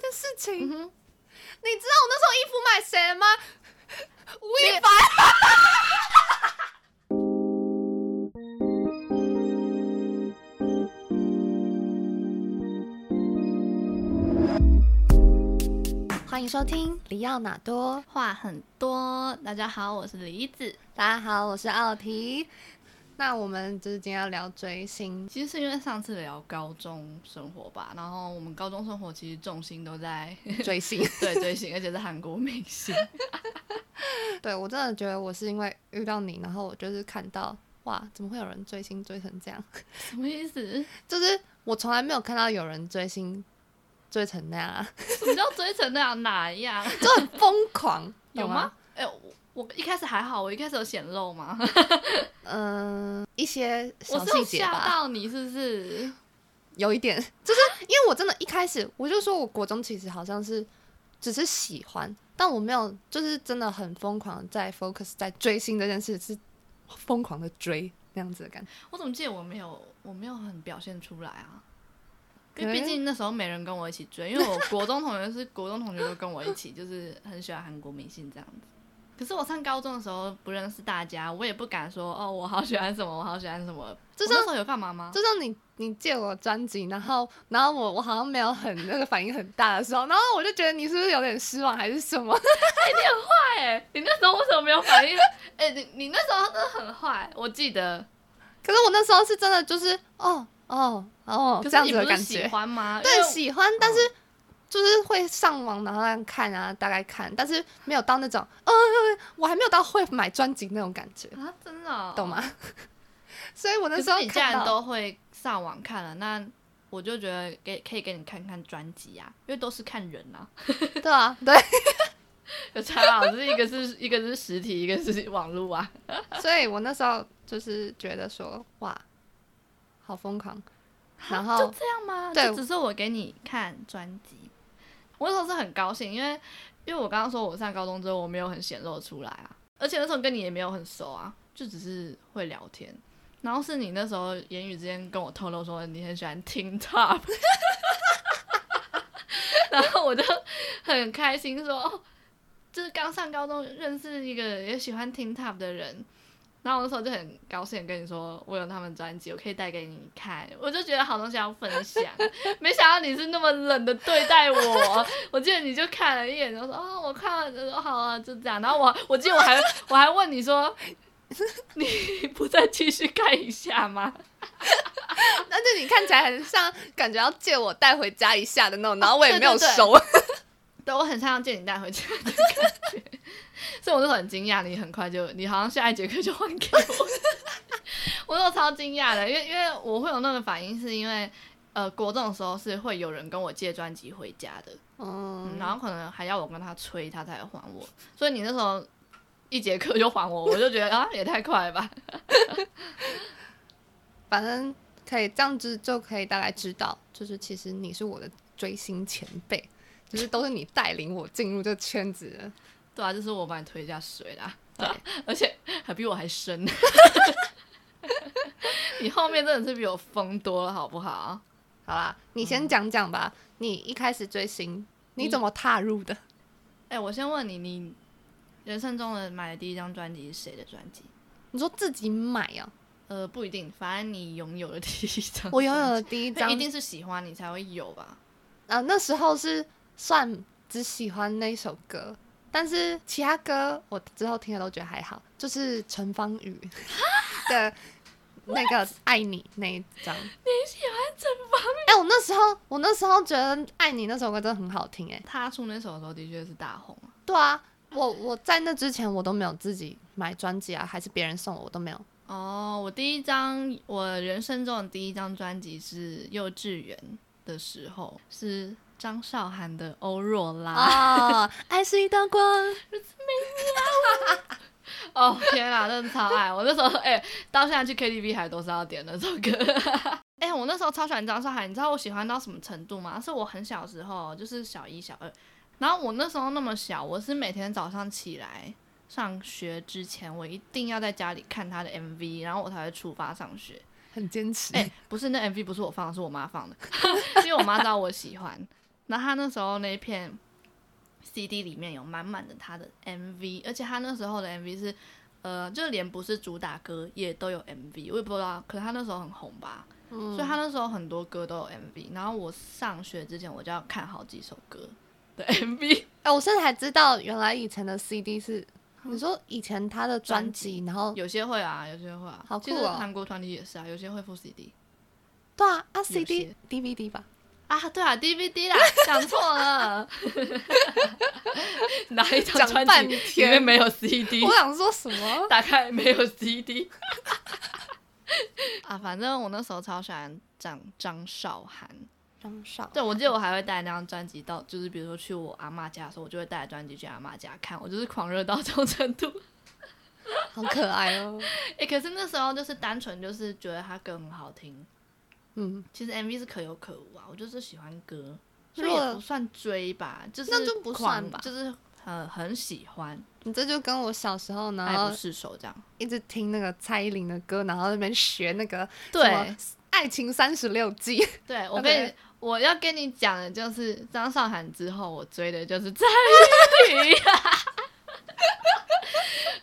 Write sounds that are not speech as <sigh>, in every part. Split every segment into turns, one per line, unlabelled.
的事情。
嗯哼
你知道我那时候衣服买谁了吗？吴亦凡。
欢迎收听《里奥纳多》，
话很多，大家好，我是李子。
大家好，我是奥提。
那我们就是今天要聊追星，
其实是因为上次聊高中生活吧，然后我们高中生活其实重心都在
追
<laughs>
星。
<laughs> 对追星，而且是韩国明
<laughs>
星。
对我真的觉得我是因为遇到你，然后我就是看到哇，怎么会有人追星追成这样？ <laughs>
什么意思？
就是我从来没有看到有人追星追成那
<laughs>
样、啊，
什么叫追成那样哪样？
就很疯狂，
有
懂吗
吗？？哎、我我一开始还好，我一开始有显露吗？
嗯、一些 <laughs> 小
我是
细
有
节吧。
吓到你是不是？
有一点， <laughs> 就是因为我真的一开始我就说，我国中其实好像是只是喜欢，但我没有就是真的很疯狂地在 focus 在追星这件事，是疯狂的追那样子的感觉。
我怎么记得我没有我没有很表现出来啊？因
可
为
能
毕竟那时候没人跟我一起追，因为我国中同学是 <laughs> 国中同学都跟我一起，就是很喜欢韩国明星这样子。可是我上高中的时候不认识大家，我也不敢说哦，我好喜欢什么，我好喜欢什么。
就
这
像
那时候有干嘛吗？
就像你你借我专辑，然后然后我我好像没有很那个反应很大的时候，然后我就觉得你是不是有点失望还是什么？ <laughs>
坏、欸，你那时候为什么没有反应？ <laughs> 哎、你你那时候真的很坏，我记得。
可是我那时候是真的就是哦哦哦这
可是
样
你
子
不
的
是
感
喜
觉，
欢吗？因
对
为
喜欢，但是。就是会上网然后那样看啊，大概看，但是没有到那种，呃，我还没有到会买专辑那种感觉，
啊，真的、哦，
懂吗？ <laughs> 所以我那
可
时候
是你既
看
然
到，
都会上网看了，那我就觉得给可以给你看看专辑啊，因为都是看人啊， <laughs>
对啊，对， <laughs>
有差啊，就是一个是一个是实体，一个是网络啊。
所以我那时候就是觉得说，哇，好疯狂，然
就
后 <laughs>
这样吗？
对
啊就只是我给你看专辑，我那时候是很高兴，因为因为我刚刚说我上高中之后我没有很显露出来啊，而且那时候跟你也没有很熟啊，就只是会聊天。然后是你那时候言语之间跟我透露说你很喜欢听 <laughs> top，然后我就很开心说，哦，就是刚上高中认识一个也喜欢听 top 的人，然后我那时候就很高兴地跟你说，我有他们专辑，我可以带给你看，我就觉得好东西要分享。没想到你是那么冷的对待我， <laughs> 我记得你就看了一眼，然后说哦，我看了，哦好啊，就这样。然后我我记得我还 <laughs> 我还问你说， <laughs> 你不再继续看一下吗？
但是你看起来很像，感觉要借我带回家一下的那种，然后我也
对
没有
对对
收， <laughs>
对我很想要借你带回家的感觉， <laughs> 所以我那时候很惊讶，你很快就你好像下一节课就还给我， <laughs> 我那时候超惊讶的，因为因为我会有那个反应，是因为呃国中的时候是会有人跟我借专辑回家的，嗯
嗯，
然后可能还要我跟他催他才还我，所以你那时候一节课就还我，我就觉得啊也太快了吧，
反正可以这样子就可以大概知道，就是其实你是我的追星前辈，就是都是你带领我进入这个圈子的。
对啊，就是我把你推下水啦，而且还比我还深。 <laughs> 你后面真的是比我疯多了，好不好？
好啦，你
嗯
先讲讲吧，你一开始追星，你怎么踏入的？
哎、我先问你，你人生中的买的第一张专辑是谁的专辑？
你说自己买
<laughs>
哦、
呃，不一定，反正你拥有的第一张，
我拥有的第一张
一定是喜欢你才会有吧？
啊，那时候是算只喜欢那首歌，但是其他歌我之后听了都觉得还好，就是陈芳宇的那个《爱你》那一张。你喜欢陈芳宇？哎、我那时候我那时候觉得《爱你》那首歌真的很好听、哎，
他出那首的时候的确是大红啊，
对啊，我我在那之前我都没有自己买专辑啊，还是别人送我，我都没有。
哦，我第一张，我人生中的第一张专辑是幼稚园的时候，是张韶涵的《欧若拉》。
啊，爱是一道光，
哦，天啊，真的超爱！我那时候哎、到现在去 KTV 还都是要点那首歌。 <laughs> 哎、我那时候超喜欢张韶涵，你知道我喜欢到什么程度吗？是我很小的时候，就是小一、小二，然后我那时候那么小，我是每天早上起来上学之前，我一定要在家里看她的 MV，然后我才会出发上学。
<laughs> 很坚持。
哎 <laughs> 哎、不是那 MV 不是我放的，是我妈放的，因为我妈知道我喜欢。然后他那时候那一片 CD 里面有满满的他的 MV，而且他那时候的 MV 是，呃，就连不是主打歌也都有 MV，我也不知道，可能他那时候很红吧，所以他那时候很多歌都有 MV。然后我上学之前我就要看好几首歌 <laughs> 的 MV，
哎、我甚至还知道原来以前的 CD 是，
嗯
你说以前他的专辑，然后
有些会啊，有些会啊，
好酷
其实
哦
韩国团体也是啊，有些会附 CD
对啊，啊
些
CD、DVD 吧，
啊，对啊，DVD <laughs> 啦，讲错 <laughs> 了，哪一张
讲
专
半
辑里
天
面没有 CD？
我想说什 <laughs> 么？
打开没有 CD。啊，反正我那时候超喜欢张张韶涵，
张少，
对我记得我还会带那张专辑到，就是比如说去我阿嬷家的时候，我就会带专辑去阿嬷家看，我就是狂热到这种程度。 <laughs>
好可爱哦。
哎、可是那时候就是单纯就是觉得他歌很好听，
嗯，
其实 MV 是可有可无啊，我就是喜欢歌，所
如
以
果
也不算追吧，就是
那就不算
狂
吧
就是很很喜欢，
你这就跟我小时候，然
爱
后
不释手这样。
一直听那个蔡依林的歌，然后在那边学那个什么
对
《爱情三十六计》， <laughs>
对，我
那
跟
个
你我要跟你讲的就是张韶涵之后，我追的就是蔡依林，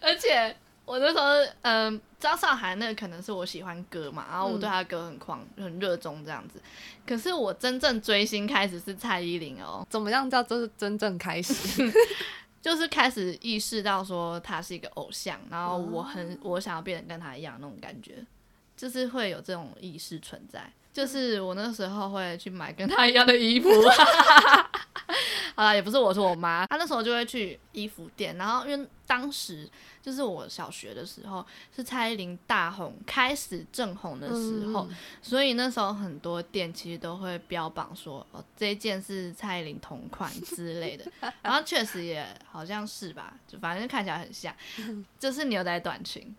而且我那时候，嗯、张韶涵那个可能是我喜欢歌嘛，然后我对她的歌很狂、很热衷这样子。可是我真正追星开始是蔡依林哦，
怎么样叫做是真正开始？
就是开始意识到说她是一个偶像，然后我很我想要变得跟她一样那种感觉，就是会有这种意识存在。就是我那时候会去买跟她一样的衣服， <laughs> 好啦，也不是我，是我妈。她那时候就会去衣服店，然后因为当时就是我小学的时候，是蔡依林大红开始正红的时
嗯
候，所以那时候很多店其实都会标榜说，哦，这一件是蔡依林同款之类 <laughs> 的。然后确实也好像是吧，就反正看起来很像，就是牛仔短裙，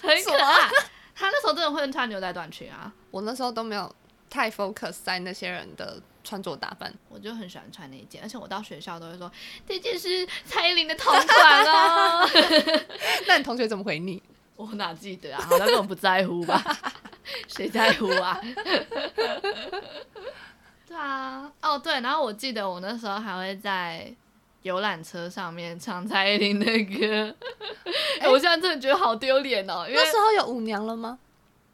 很可爱。她那时候真的会穿牛仔短裙啊，
<laughs> 我那时候都没有太 focus 在那些人的穿着打扮， <laughs>
我就很喜欢穿那一件，而且我到学校都会说这件是蔡依林的同款哦。
那你同学怎么回你？
我哪记得啊？好像根本不在乎吧？ <laughs> 谁在乎啊？ <laughs> 对啊，哦对，然后我记得我那时候还会在游览车上面唱蔡依林的 <laughs> 歌，哎，我现在真的觉得好丢脸哦，因为
那时候有舞娘了吗？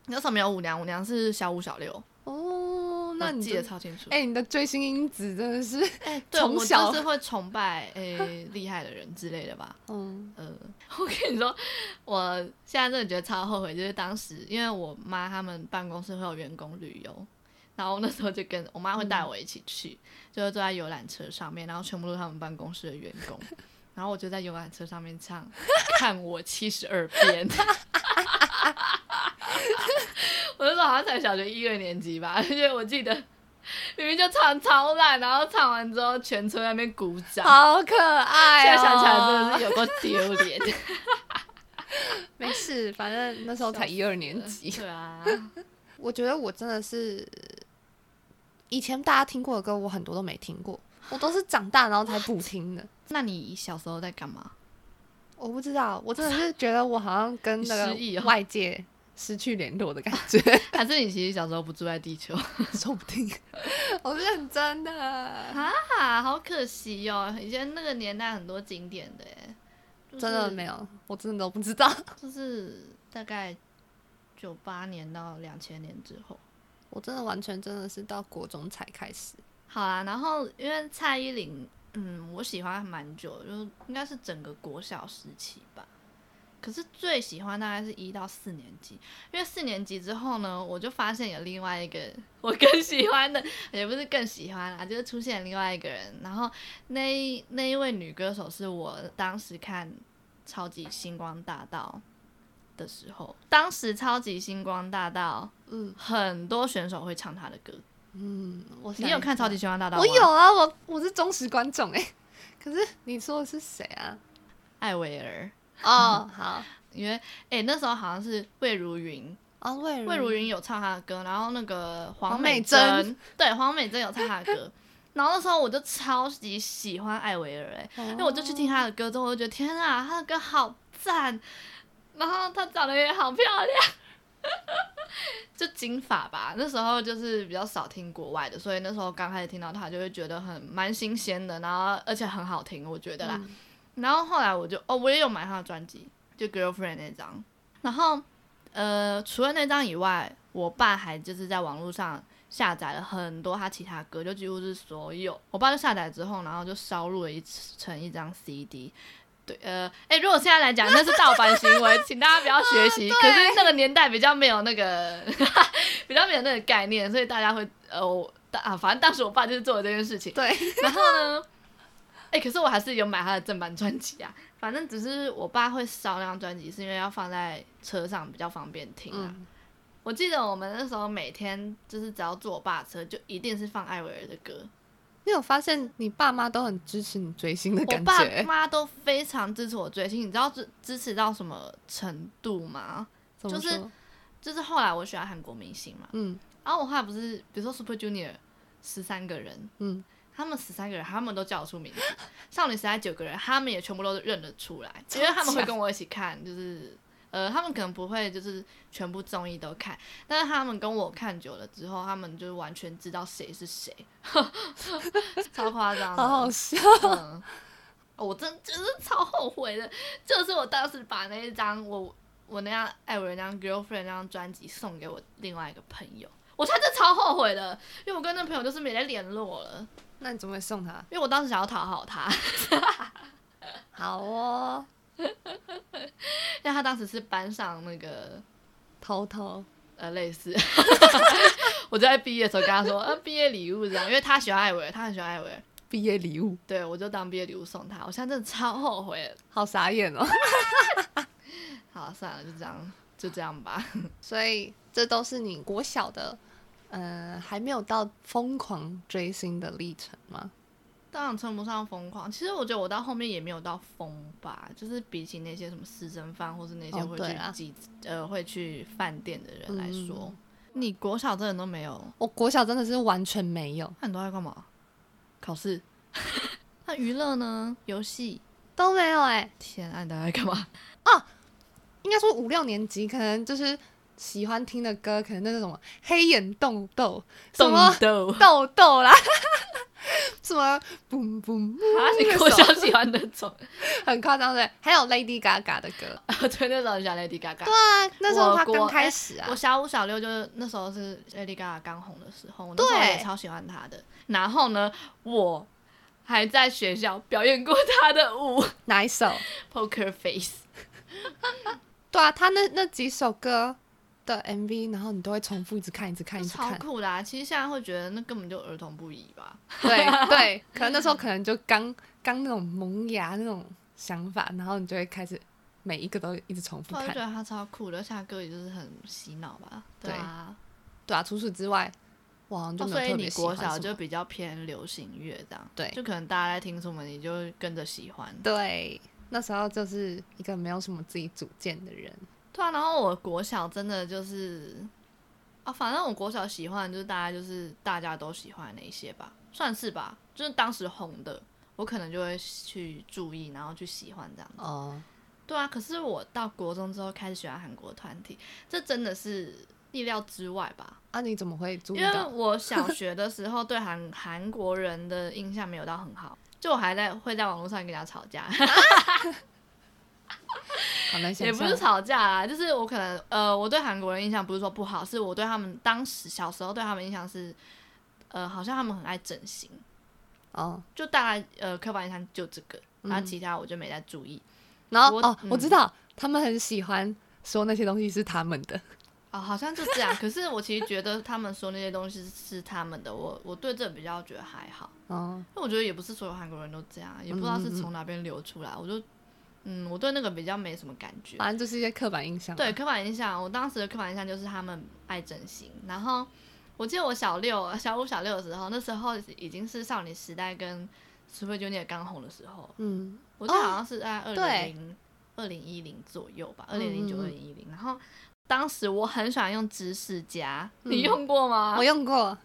那时候没有舞娘，舞娘是小五小六，
哦，那
我
你
记得
这
超清楚。
哎、你的追星因子真的是，
哎
<laughs>
对，
从
我
小
就是会崇拜诶、厉害的人之类的吧。
嗯，
呃， <laughs> 我跟你说，我现在真的觉得超后悔，就是当时因为我妈他们办公室会有员工旅游，然后那时候就跟我妈会带我一起去，就是坐在游览车上面，然后全部都是他们办公室的员工，然后我就在游览车上面唱《看我七十二变》。 <laughs> 我那时候好像才小学一二年级吧，而 <laughs> 且我记得明明就唱超烂，然后唱完之后全车在那边鼓掌，
好可爱、哦。
现在想起来真的是有够丢脸。
没事，反正那时候才一二年级。
对啊，
我觉得我真的是以前大家听过的歌，我很多都没听过，我都是长大然后才补听的。
<laughs> 那你小时候在干嘛？
我不知道，我真的是觉得我好像跟那
失忆
个
哦
外界失去联络的感觉，
还是你其实小时候不住在地球
说不定。 <laughs> 我是认真的，
<laughs> 啊？好可惜哦，以前那个年代很多景点的耶，就是
真的没有，我真的都不知道。
就是大概九八年到两千年之后。
我真的完全真的是到国中才开始。
好啦，然后因为蔡依林，嗯，我喜欢蛮久，就是应该是整个国小时期吧。可是最喜欢大概是一到四年级，因为四年级之后呢，我就发现有另外一个 <laughs> 我更喜欢的，也不是更喜欢啦，就是出现另外一个人。然后那一那一位女歌手是我当时看《超级星光大道》的时候，当时《超级星光大道》
嗯
很多选手会唱她的歌。
嗯，我
你有看《超级星光大道》
我
吗？
有啊，我我是忠实观众哎、可是你说的是谁啊？
艾薇儿，
哦，好，
因为哎、诶那时候好像是魏如云，
哦，魏
魏如云有唱她的歌，然后那个
黄
美
美珍
对，黄美珍有唱她的歌。然后那时候我就超级喜欢艾薇儿、诶，
哦
因为我就去听她的歌之后，我就觉得天啊，她的歌好赞，然后她长得也好漂亮， <laughs> 就金发吧，那时候就是比较少听国外的，所以那时候刚开始听到他就会觉得很蛮新鲜的，然后而且很好听，我觉得啦。然后后来我就哦，我也有买他的专辑，就 Girlfriend 那张。然后呃，除了那张以外，我爸还就是在网络上下载了很多他其他歌，就几乎是所有。我爸就下载之后，然后就烧录了一成一张 CD。对，呃，哎，如果现在来讲那是盗版行为， <laughs> 请大家不要学习。可是那个年代比较没有那个， <laughs> 比较没有那个概念，所以大家会呃，我大啊，反正当时我爸就是做了这件事情。
对，
<laughs> 然后呢，哎、可是我还是有买他的正版专辑啊。反正只是我爸会烧那张专辑，是因为要放在车上比较方便听啊。
嗯，
我记得我们那时候每天就是只要坐我爸的车，就一定是放艾薇儿的歌。
你有发现你爸妈都很支持你追星的
我
感
爸
觉？
妈都非常支持我追星，你知道支支持到什么程度吗？
怎么
就是
说
就是后来我喜欢韩国明星嘛，
嗯
然后我后来不是比如说 Super Junior 十三个人，
嗯，
他们十三个人，他们都叫得
<laughs>
出名字。少女时代九个人，他们也全部都认得出来，因为他们会跟我一起看，就是呃，他们可能不会就是全部综艺都看，但是他们跟我看久了之后，他们就完全知道谁
<laughs>
是谁，超夸张的。
好好笑。 <laughs>
嗯，我真就是超后悔的，就是我当时把那一张我我那样艾薇儿那张 girlfriend 那张专辑送给我另外一个朋友，我现在真的超后悔的，因为我跟那朋友就是没再联络了。
那你怎么会送他？
因为我当时想要讨好他， <laughs>
好哦，
因为他当时是班上那个
偷偷
呃类似， <laughs> 我就在毕业的时候跟他说，呃，毕业礼物这样，因为他喜欢艾薇儿，他很喜欢艾薇儿，
毕业礼物，
对我就当毕业礼物送他，我现在真的超后悔的。
好傻眼哦。 <laughs>
好，算了，就这样，就这样吧。
所以这都是你国小的，呃，还没有到疯狂追星的历程吗？
当然称不上疯狂，其实我觉得我到后面也没有到疯吧，就是比起那些什么私生饭或是那些
哦
会
对
去
啊
集、呃会去饭店的人来说，
嗯
你国小真的都没有，
我国小真的是完全没有，
那你都在干嘛？考试？ <laughs> 那娱乐呢？游戏？
都没有哎、
天啊，你都在干 <laughs> 嘛？
应该说五六年级可能就是喜欢听的歌，可能那种黑眼豆豆，什么
豆 <laughs> 啊！
豆豆啦， <laughs> 什么嘣嘣，
啊 <laughs> 你国小喜欢那 <laughs> 种？
很夸张对。还有 Lady Gaga 的歌，
啊对，那时候很喜欢 Lady Gaga。
对啊，那时候
我
她
国
刚开始啊
我，小五小六就是那时候是 Lady Gaga 刚红的时候，我那时候
对
也超喜欢她的。然后呢，我还在学校表演过她的舞 <laughs>
哪一首？
Poker Face。
对啊，她那那几首歌的 MV，然后你都会重复一直看，一直看，一直
超
看。
酷的、啊！其实现在会觉得那根本就儿童不宜吧？
<laughs> 对
<laughs>
对，可能那时候可能就刚刚那种萌芽那种想法，然后你就会开始每一个都一直重复
我就觉
看。
得她超酷的，而且她歌也就是很洗脑吧？啊。
对啊，除此之外，我好像就
哦
没
所
有
以
特
你
别喜
国
欢
小
什
就
么
比较偏流行乐这样，
对
就可能大家在听什么你就跟着喜欢。
对，那时候就是一个没有什么自己主见的人。
对啊，然后我国小真的就是，啊，反正我国小喜欢就是大家就是大家都喜欢的那一些吧，算是吧，就是当时红的，我可能就会去注意，然后去喜欢这样子。
哦，
对啊，可是我到国中之后开始喜欢韩国团体，这真的是意料之外吧。
啊，你怎么会注意
因为
到？
我小学的时候对韩韩国人的印象没有到很好，就我还在会在网络上跟人家吵
<laughs>
架，
好难想
也不是
象。
吵架啦，就是我可能呃，我对韩国人印象不是说不好，是我对他们当时小时候对他们印象是，呃，好像他们很爱整形，
哦，
就大概呃刻板印象就这个，
嗯
然后其他我就没再注意。
然后
我
哦，我
嗯
知道他们很喜欢说那些东西是他们的。
哦，好像就这样。可是我其实觉得他们说那些东西是他们的，我我对这比较觉得还好。
哦，
那我觉得也不是所有韩国人都这样，啊也不知道是
嗯
从哪边流出来。我就，嗯，我对那个比较没什么感觉。
反正就是一些刻板印象。
对，刻板印象，我当时的刻板印象就是他们爱整形。然后我记得我小六、小五、小六的时候，那时候已经是少女时代跟 Super Junior 刚红的时候，
嗯，
我记得好像是在二零
对
零二零一零左右吧，二
嗯
零零九、二
嗯
零一零。然后当时我很喜欢用知识家，你
嗯
用过吗？
我用过。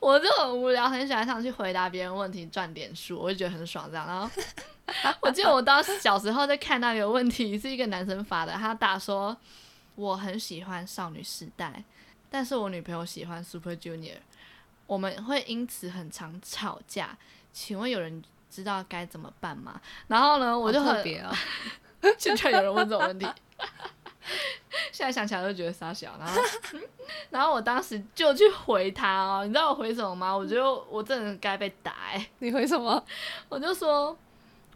我就很无聊，很喜欢上去回答别人问题赚点数，我就觉得很爽这样。然后 <laughs> 我记得我当时小时候在看到有问题是一个男生发的，他打说我很喜欢少女时代，但是我女朋友喜欢 Super Junior，我们会因此很常吵架。请问有人知道该怎么办吗？然后呢，我就
好特
很
别哦， <laughs>
现在有人问这种问题， <laughs> 现在想起来就觉得傻小。然后，嗯然后我当时就去回他哦，你知道我回什么吗？我觉得我真的该被打哎、
你回什么？ <laughs>
我就说，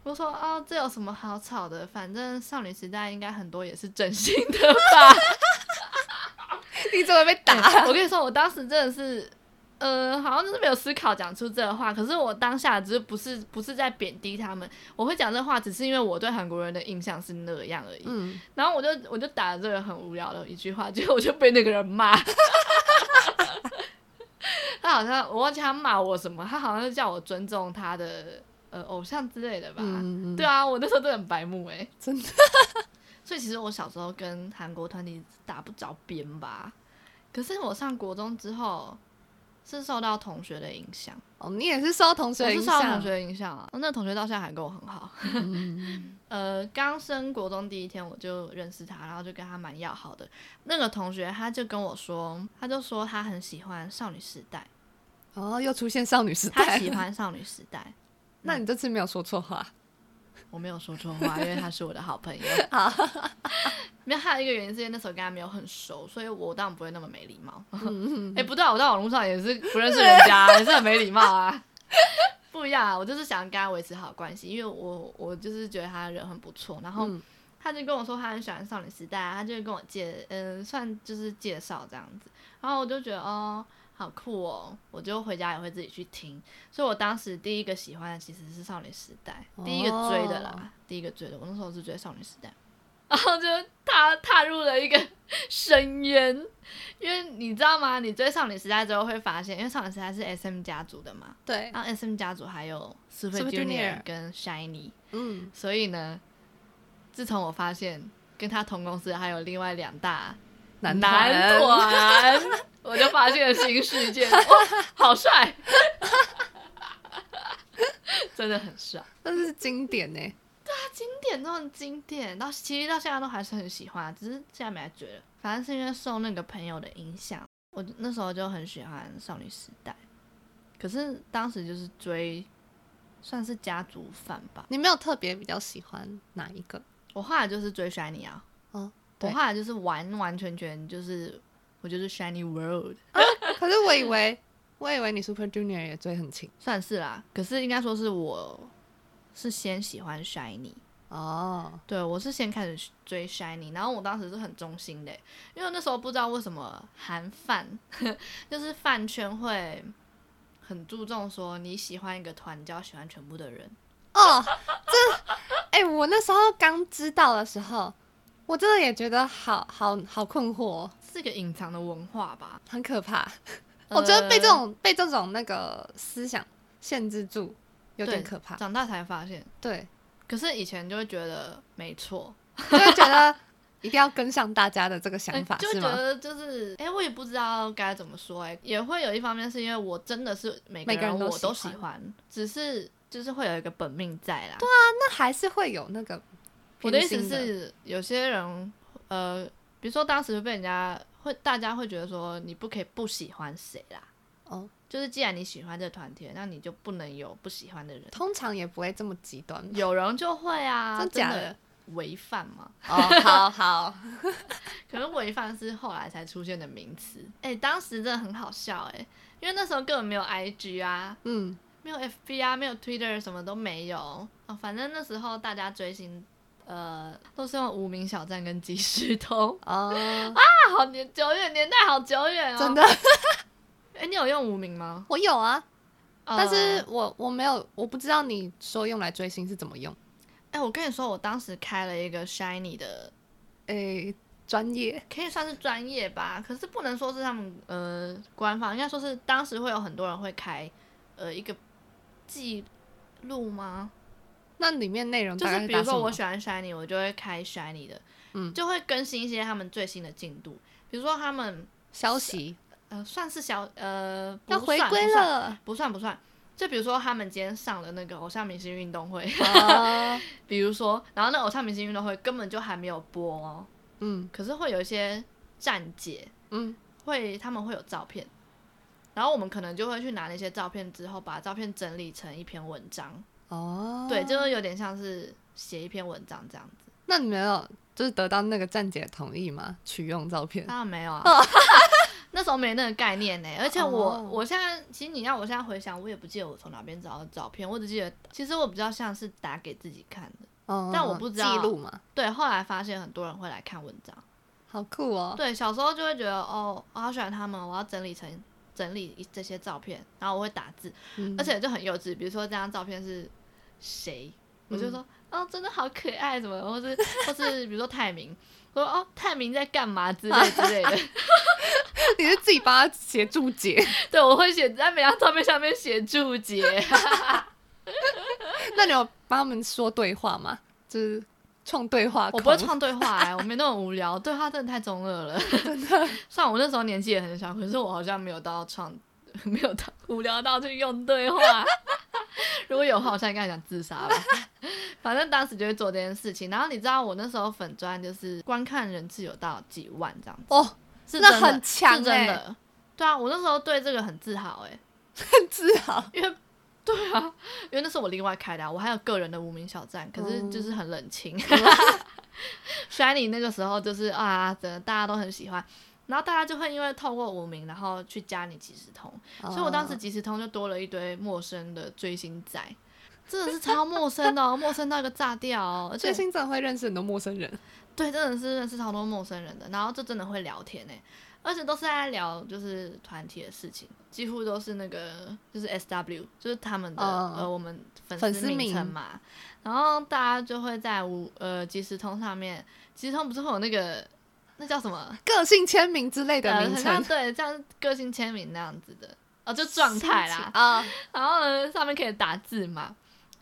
我说哦，这有什么好吵的？反正少女时代应该很多也是真心的吧。 <laughs>
你怎么被打？
欸我跟你说，我当时真的是，呃，好像就是没有思考讲出这话。可是我当下只是不是不是在贬低他们，我会讲这话，只是因为我对韩国人的印象是那样而已。
嗯，
然后我就我就打了这个很无聊的一句话，结果我就被那个人骂。 <laughs> 他好像我忘记他骂我什么，他好像是叫我尊重他的呃偶像之类的吧。
嗯嗯嗯
对啊，我那时候真的很白目哎、
真的。
<laughs> 所以其实我小时候跟韩国团体打不着边吧，可是我上国中之后是受到同学的影响，
哦，你也是受同学
我
影
是受到
响
同学，的影响啊。那同学到现在还跟我很好。
嗯
<laughs> 呃，刚升国中第一天我就认识他，然后就跟他蛮要好的。那个同学他就跟我说，他就说他很喜欢少女时
<laughs>
代，
哦，又出现少女时代，
他喜。欢少女时代。
那你这次没有说错话，
我没有说错话，因为他是我的好朋友。
<laughs> 好，
没有，还有一个原因是因为那时候跟他没有很熟，所以我当然不会那么没礼貌。
嗯
哎、 <laughs> 不对、啊，我在网络上也是不认识人家、也是很没礼貌啊。 <laughs> 不一样啊，我就是想跟他维持好关系，因为我我就是觉得他人很不错，然后
嗯
他就跟我说他很喜欢少女时代啊，他就跟我介嗯、算就是介绍这样子，然后我就觉得哦好酷哦，我就回家也会自己去听，所以我当时第一个喜欢的其实是少女时代，第一个追的啦，
哦
第一个追的，我那时候是追少女时代， <laughs> 然后就踏踏入了一个深渊，因为你知道吗？你追少女时代之后会发现，因为少女时代是 S M 家族的嘛，
对，
然后 S M 家族还有 Super
Super Junior
Junior 跟 Shiny，
嗯，
所以呢，自从我发现跟他同公司还有另外两大
男
男
团
团，我就发现了新世界，哇、好帅， <laughs> 真的很帅。
那是经典欸呢。
经典都很经典，到其实到现在都还是很喜欢，只是现在没来追了。反正是因为受那个朋友的影响，我那时候就很喜欢少女时代，可是当时就是追，算是家族范吧。
你没有特别比较喜欢哪一个？
我后来就是追 Shiny 啊，
哦，
我
对
后来就是完完全全就是我就是 Shiny World，
可是我以为，我以为你 Super Junior 也追很勤
算是啦、可是应该说是我是先喜欢 Shiny，
哦，
对，我是先开始追 Shiny，然后我当时是很忠心的，欸因为那时候不知道为什么韩饭 <laughs> 就是饭圈会很注重说你喜欢一个团，你就要喜欢全部的人。
哦，这哎、我那时候刚知道的时候，我真的也觉得好好好困惑哦、
是个隐藏的文化吧？
很可怕。
呃
我觉得被这种被这种那个思想限制住，有点
对
可怕。
长大才发现，
对，
可是以前就会觉得没错，
就会觉得一定要跟上大家的这个想法，
哎就是觉
吗？
得就是，哎、我也不知道该怎么说、哎，也会有一方面是因为我真的是每个
每个人
人
都
我都
喜
喜
欢
欢，只是就是会有一个本命在啦。
那还是会有那个
我的意
偏
思
心的
是，有些人，呃，比如说当时被人家会，大家会觉得说，你不可以不喜欢谁啦。
哦，
就是既然你喜欢这个团体，那你就不能有不喜欢的人。
通常也不会这么极端。
有人就会啊，
真
真
假的
的违反嘛？
<laughs> 哦，好好，
可是违反是后来才出现的名词。哎、当时真的很好笑哎、因为那时候根本没有 IG 啊，
嗯，
没有 FB 啊，没有 Twitter，什么都没有。哦，反正那时候大家追星，呃，都是用无名小站跟即时通。
哦，
啊好年久远，年代好久远哦。
真的，，
哎、你有用无名吗？
<laughs> 我有啊，但是
呃
我我没有，我不知道你说用来追星是怎么用。
哎、我跟你说，我当时开了一个 Shiny 的，
诶，专业，
可以算是专业吧，可是不能说是他们呃官方，应该说是当时会有很多人会开呃一个记录吗？
那里面内容
就
嗯大概
是比
打
如
什
说我
么？
喜欢 Shiny，我就会开 Shiny 的，
嗯
就会更新一些他们最新的进度，比如说他们
消息
呃算是小呃不
要回
算
归
不算
了，
不算不算，就比如说他们今天上了那个偶像明星运动会。
<laughs> 哦
比如说，然后那偶像明星运动会根本就还没有播哦，
嗯
可是会有一些站姐
嗯
会他们会有照片，然后我们可能就会去拿那些照片之后，把照片整理成一篇文章，
哦，
对，就是有点像是写一篇文章这样子。
那你没有就是得到那个站姐的同意吗？取用照片？
当然没有啊， <laughs> 那时候没那个概念呢、而且我、
嗯哦
我现在其实你让我现在回想，我也不记得我从哪边找到照片，我只记得其实我比较像是打给自己看的。
哦
但我不知道
记录嘛，
对，后来发现很多人会来看文章。
好酷哦。
对，小时候就会觉得哦，我好喜欢他们，我要整理成整理一这些照片，然后我会打字，
嗯
而且就很幼稚。比如说这张照片是谁，我就说、
嗯
哦，真的好可爱，什么，或是或是比如说泰明，我说哦，泰明在干嘛之类之
<laughs>
类的。
你是自己帮他写注解，
对，我会写在每张照片下面写注解，
<laughs> 那你有帮他们说对话吗？就是创对话
我
框，
不会创
<laughs>
对话、哎，我没那么无聊，对话真的太中二了。真的，虽然我那时候年纪也很小，可是我好像没有到创， <laughs> 没有到无聊到去用对话。 <laughs> 如果有的话，我现在应该想自杀吧。 <laughs> 反正当时就会做这件事情，然后你知道我那时候粉钻就是观看人次有到几万这样，
哦，
是
那
真的
很强
是真
哎
的。对啊，我那时候对这个很自豪哎、
很自豪。
因为对啊，因为那是我另外开的、啊，我还有个人的无名小站，可是就是很冷清。Shiny 那个时候就是啊，真的大家都很喜欢，然后大家就会因为透过无名，然后去加你即时通，所以我当时
哦
即时通就多了一堆陌生的追星仔，真的是超陌生的、哦，陌生到一个炸掉、哦，而且
最新真的会认识很多陌生人，
对，真的是认识超多陌生人的，然后就真的会聊天呢、欸而且都是在聊就是团体的事情，几乎都是那个就是 S W，就是他们的、
嗯
呃我们粉
粉
丝
丝
名
名
称嘛，然后大家就会在无呃即时通上面，即时通不是会有那个那叫什么
个性签名之类的
呃
名
很像
称
对，像个性签名那样子的，哦就状态啦，
啊，
然后呢，上面可以打字嘛，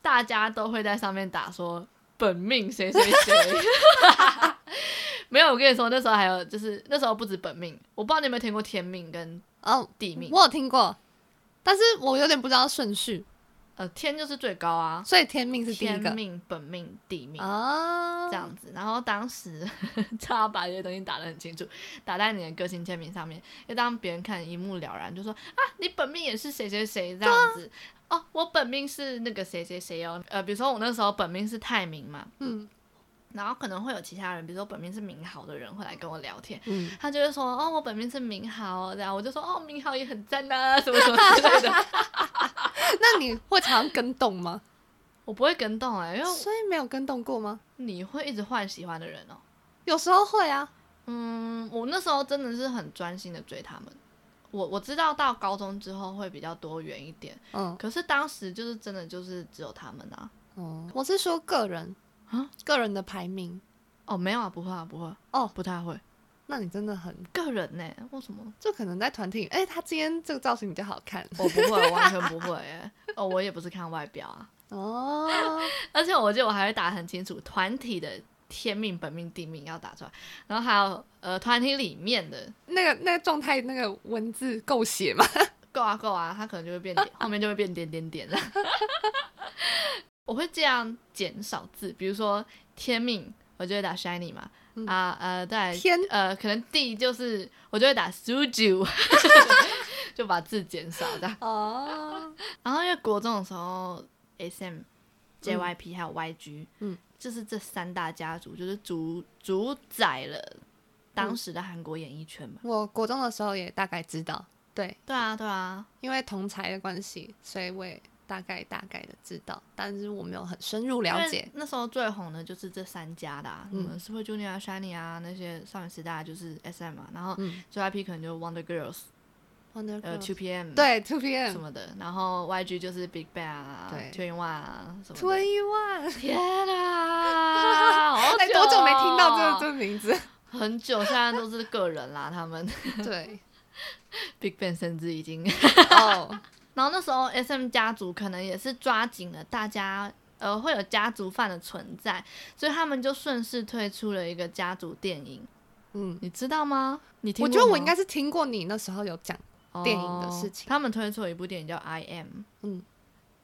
大家都会在上面打说本命谁
<laughs>
谁谁。没有，我跟你说，那时候还有就是那时候不止本命，我不知道你有没有听过天命跟
哦，
地命。
我有听过，但是我有点不知道顺序，
呃，天就是最高啊，
所以天命是第一
天
个
命、本命、地命。
啊，
这样子，然后当时 <laughs> 他把这些东西打得很清楚，打在你的个性签名上面，要让别人看一目了然，就说啊，你本命也是谁谁谁这样子、哦，我本命是那个谁谁谁哦，呃，比如说我那时候本命是泰明嘛，
嗯
然后可能会有其他人，比如说本名是明豪的人会来跟我聊天，
嗯，
他就会说哦，我本名是明豪，这样我就说哦，明豪也很赞呐、什么什么之类的。
那你会常跟动吗？
我不会跟动哎、因为
所以没有跟动过吗？
你会一直换喜欢的人哦。
有时候会啊，
嗯，我那时候真的是很专心的追他们。我我知道到高中之后会比较多元一点，
嗯，
可是当时就是真的就是只有他们啊。
哦，我是说个人
啊，
个人的排名，
哦，没有啊，不会啊，不会
哦
不太会。
那你真的很，
个人呢、为什么？
就可能在团体，哎，他今天这个造型比较好看
我不会，我完全不会、欸。哦，我也不是看外表啊。
哦，
而且我记得我还会打得很清楚，团体的天命、本命、地命要打出来，然后还有呃团体里面的
<laughs> 那个那个状态，那个文字够写吗？
够啊够啊，它可能就会变
<laughs>
点，后面就会变点点点了。 <laughs> 我会这样减少字，比如说天命，我就会打 shiny 嘛，
嗯
啊呃再来
天
呃可能地就是我就会打 suju，就把字减少这样。
哦，
然后因为国中的时候，SM、JYP 还有 YG，
嗯，
就是这三大家族就是主主宰了当
嗯
时的韩国演艺圈嘛。
我国中的时候也大概知道，对，
对啊，对啊，
因为同才的关系，所以我也大概大概的知道，但是我没有很深入了
因
解
为。那时候最红的就是这三家的、啊，
嗯
你们 Super Junior 啊、Shiny 啊那些少女时代就是 SM 嘛，然后
嗯
JYP 可能就 Wonder Girls，
Wonder
呃
Girls
Two PM
对 Two
什
PM
么的，然后 YG 就是 Big Bang 啊、
对
Two in One 啊什么
Two
的。
One，
<laughs> 天啊！好
哎，
久
多久没听到这
哦
个这个名字？
很久，现在都是个人啦，他们 <laughs>
对，
Big Bang 甚至已经。
哦，
然后那时候 S M 家族可能也是抓紧了大家呃会有家族饭的存在，所以他们就顺势推出了一个家族电影，
嗯，
你知道吗？你听
我
过吗？
觉得我应该是听过你那时候有讲，电影的事情
哦他们推出了一部电影叫《I Am》，
嗯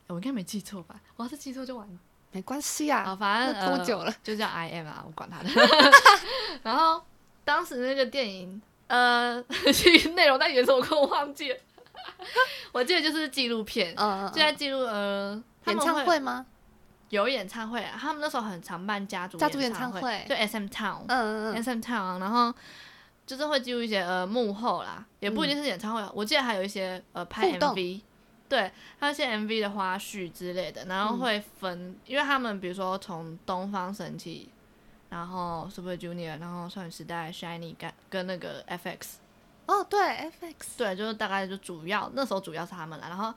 我应该没记错吧？我要是记错就完了。
没关系啊，
好，反正
那多久
呃、
了？
就叫 I M 啊，我
<laughs>
管他的。然后当时那个电影，呃， <laughs> 其实内容在演什么歌我忘
<laughs>
记了，我记得就是纪录片，
嗯，嗯
就在记录呃他
演
们
唱会吗？
有演唱会、啊，他们那时候很常办家族
家族演
唱
唱会
就 S M Town，、
嗯嗯嗯，
S M Town，然后就是会记录一些呃幕后啦，也不一定是演唱会，啊我记得还有一些呃
嗯
拍
互动
MV，对，还有一些 MV 的花絮之类的，
嗯
然后会分，因为他们比如说从东方神起，然后 Super Junior，然后少女时代 Shiny 跟跟那个 FX，
哦对，FX
对，就是大概就主要那时候主要是他们啦，然后。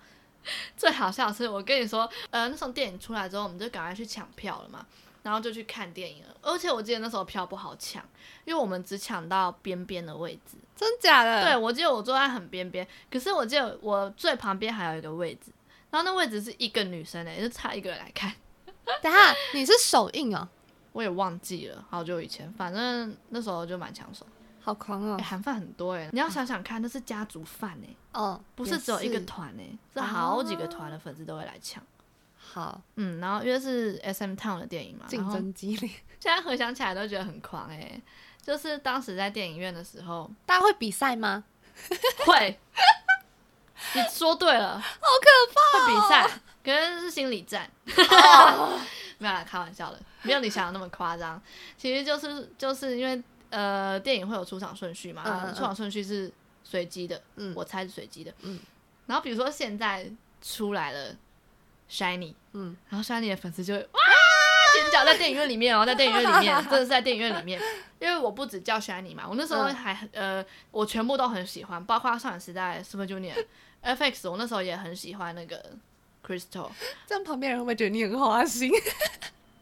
<laughs> 最好笑的是，我跟你说，呃，那时候电影出来之后，我们就赶快去抢票了嘛，然后就去看电影了。而且我记得那时候票不好抢，因为我们只抢到边边的位置。
真假的？
对，我记得我坐在很边边，可是我记得我最旁边还有一个位置，然后那位置是一个女生诶、就差一个人来看，
等一下你是首映哦，
我也忘记了，好久以前，反正那时候就蛮抢手。
好狂
哎、
哦，
韩饭很多诶、你要想想看，那是家族饭哎诶、
哦，
不
也
是只有一个团诶、是
哦
好几个团的粉丝都会来抢。
好
嗯，然后因为是 S M Town 的电影嘛，然
竞
后
争激烈，
现在回想起来都觉得很狂诶、就是当时在电影院的
<laughs>
时候，
大家会比赛吗？
会，你说对了，好可怕、会比赛，可能是心理战。
哦
<laughs> 没有啦，开玩笑的，没有你想的那么夸张。其实就是就是因为呃，电影会有出场顺序嘛，
嗯嗯嗯
然后出场顺序是随机的，
嗯
我猜是随机的。
嗯
然后比如说现在出来了 Shiny，
嗯，
然后 Shiny 的粉丝就会哇尖叫，在电影院里面哦，在电影院里面，真的是在电影院里面，因为我不只叫 Shiny 嘛，我那时候
嗯
还、呃，我全部都很喜欢，包括少女时代 Super Junior、FX，我那时候也很喜欢那个 Crystal，
这样旁边人会不会觉得你很花
<laughs>
心？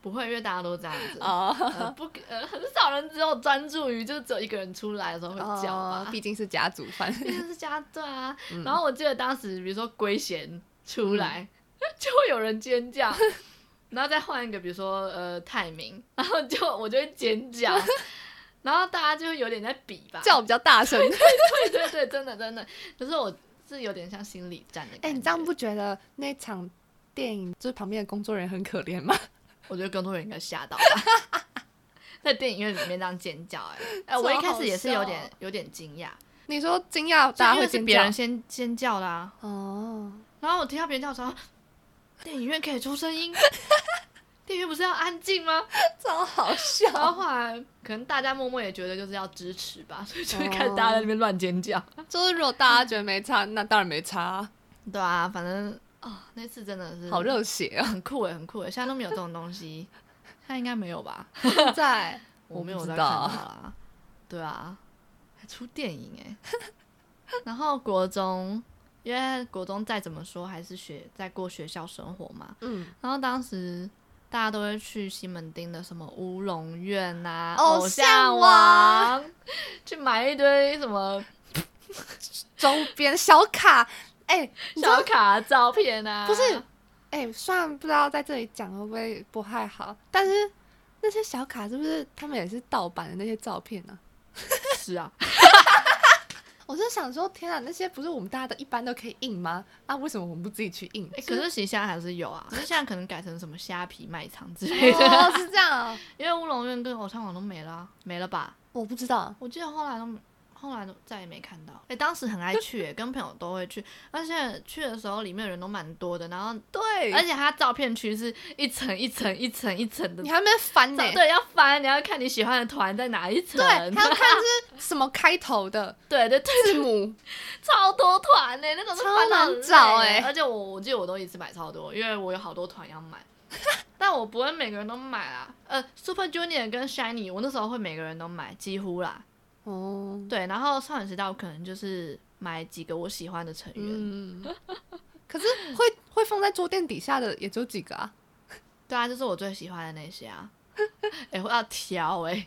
不会，因为大家都这样子。
哦
呃、不，呃，很少人只有专注于，就是只有一个人出来的时候会叫吧
哦，。毕竟是家族饭，
毕竟是家对 <laughs> 啊。然后我记得当时，比如说龟贤出来， <laughs> 就会有人尖叫， <laughs> 然后再换一个，比如说呃泰明，然后就我就会尖叫， <laughs> 然后大家就会有点在比
<laughs>
吧。
叫比较大声。
对 <laughs> 对对，真的真的，可是我是有点像心理战的感觉。
哎，你这样不觉得那场电影就是旁边的工作人员很可怜吗？
我觉得更多人应该吓到吧。 <laughs> 在电影院里面这样尖叫、哎， <laughs> 哎，我一开始也是有
超
点
好
有点惊讶，
你说惊讶，大家
因为
会
是
尖
别
叫
人先先叫啊啦、
哦，
然后我听到别人叫我说，啊电影院可以出声音，电影院不是要安静 <laughs> 吗？
超好笑
然后后来可能大家默默也觉得就是要支持吧，所以就会看大家在那边乱尖叫。
<laughs> 就是如果大家觉得没差，那当然没差啊，
对啊，反正啊、哦那次真的是
好，热血哦！
很酷哎，很酷哎，现在都没有这种东西，现在应该没有吧？
<laughs> 现在
我没有
不
在
知
看
道
它
啊
啦，对啊，还出电影哎、 <laughs> 然后国中，因为国中再怎么说还是学在过学校生活嘛，
嗯，
然后当时大家都会去西门町的什么乌龙院呐、
偶
偶
哦像
像
王
王，去买一堆什么
<laughs> 周边小卡，哎、 <laughs> 你知道
小卡照片啊，
不是哎、虽然不知道在这里讲会不会不太好，但是那些小卡是不是他们也是盗版的那些照片啊呢、
是
<laughs>
啊，
我就想说，天啊，那些不是我们大家的一般都可以印吗？啊，为什么我们不自己去印？
哎、可
<laughs>
是其实现在还是有啊，只是现在可能改成什么虾皮卖场之类的，
哦，是这样啊、
<laughs> 因为乌龙院跟偶像王都没了啊、没了吧？
我不知道，
我记得后来都后来都再也没看到。哎、当时很爱去、诶跟朋友都会去，而且去的时候里面人都蛮多的，然后
对
而且它照片区是一层一层一层一层的
你。还没翻呢、
照对，要翻，你要看你喜欢的团在哪一
嗯
层。
对，还要看是什么开头的
对对对，
字母，
超多团呢、那种
超
团
难找
哎、
欸
而且我我记得我都一次买超多，因为我有好多团要买，
<laughs>
但我不会每个人都买啊。呃，Super Junior 跟 Shiny，我那时候会每个人都买，几乎啦。
哦，
对，然后少女时代我可能就是买几个我喜欢的成员，
嗯，可是会会放在桌垫底下的也只有几个啊。
对啊，就是我最喜欢的那些啊。 <laughs> 哎、我要挑哎、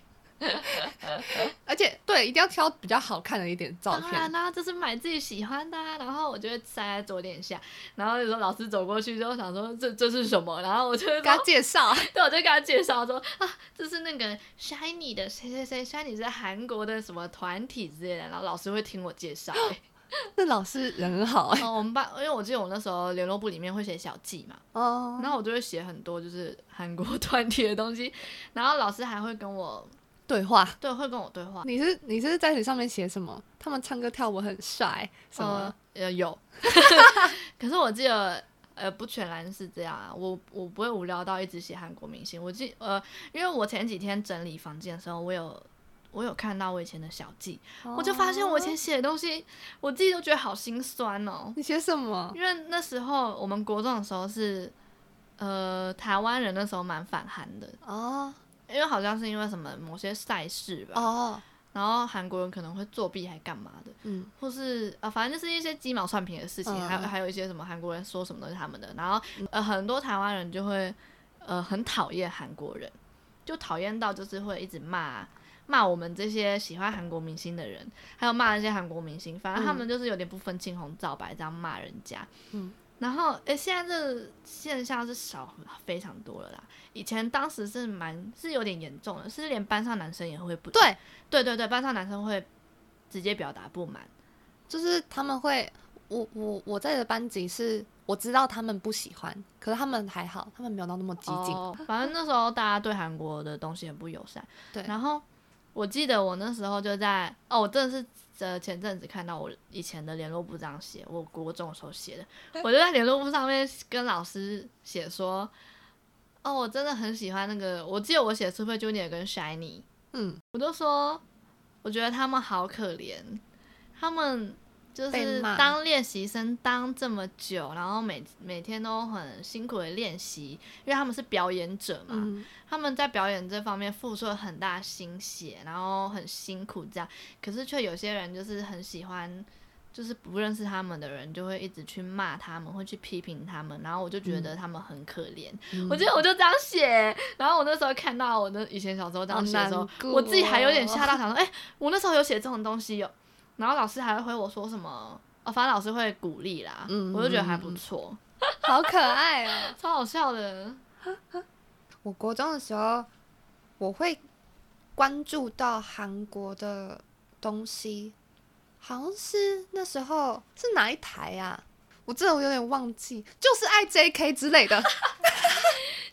而且对，一定要挑比较好看的一点照
当然
片。
啦、啊就是买自己喜欢的、啊，然后我就会塞在桌垫下，然后有时候老师走过去就想说这这是什么，然后我就会
给他
说
介 <laughs> 绍，
对，我就跟他介绍说啊，这是那个 Shiny 的谁谁谁，Shiny 是韩国的什么团体之类的，然后老师会听我介绍、欸，
那老师人很好哎、
哦，我们班，因为我记得我那时候联络簿里面会写小记嘛，
哦
然后我就会写很多就是韩国 <laughs> 团体的东西，然后老师还会跟我
对话，
对会跟我对话，
你是你是在你上面写什么？他们唱歌跳舞很帅什么？
呃呃
<laughs>
有， <laughs> 可是我记得呃不全然是这样啊，我我不会无聊到一直写韩国明星，我记呃因为我前几天整理房间的时候，我有我有看到我以前的小记，
哦
我就发现我以前写的东西，我自己都觉得好心酸哦，
你写什么？
因为那时候我们国中的时候是呃台湾人那时候蛮反韩的，
哦
因为好像是因为什么某些赛事吧，
哦，
然后韩国人可能会作弊还干嘛的。
嗯，
或是啊、呃反正就是一些鸡毛蒜皮的事情，
嗯
还有还有一些什么韩国人说什么东西他们的，然后呃很多台湾人就会呃很讨厌韩国人，就讨厌到就是会一直骂骂我们这些喜欢韩国明星的人，还有骂那些韩国明星，反正他们就是有点不分青红皂白这样骂人家。
嗯，
然后诶、现在这个现象是少非常多了啦，以前当时是蛮是有点严重的，是连班上男生也会不
对，
对对对，班上男生会直接表达不满。
就是他们会，我我我在的班级是我知道他们不喜欢，可是他们还好，他们没有到那么激进。
哦反正那时候大家对韩国的东西很不友善。
对
然后我记得我那时候就在哦，我真的是呃前阵子看到我以前的联络簿这样写，我国中的时候写的，我就在联络簿上面跟老师写说，哦，我真的很喜欢那个，我记得我写 Super Junior 跟 Shiny，
嗯，
我就说我觉得他们好可怜，他们。就
被
是
骂
当练习生当这么久，然后每每天都很辛苦的练习，因为他们是表演者嘛，
嗯，
他们在表演这方面付出了很大心血，然后很辛苦这样，可是却有些人就是很喜欢，就是不认识他们的人就会一直去骂他们，会去批评他们，然后我就觉得他们很可怜，
嗯
<laughs> 我记得我就这样写，然后我那时候看到我那以前小时候这样写的时候，
好难过哦
我自己还有点吓
<laughs>
到，想说，哎、我那时候有写这种东西有，哦然后老师还会回我说什么，哦，反正老师会鼓励啦，
嗯
我就觉得还
嗯
不
嗯
错，
好可爱哦！
超好笑的，
我国中的时候，我会关注到韩国的东西，好像是那时候是哪一台呀、我这我有点忘记，就是爱 JK 之类 <laughs> 的，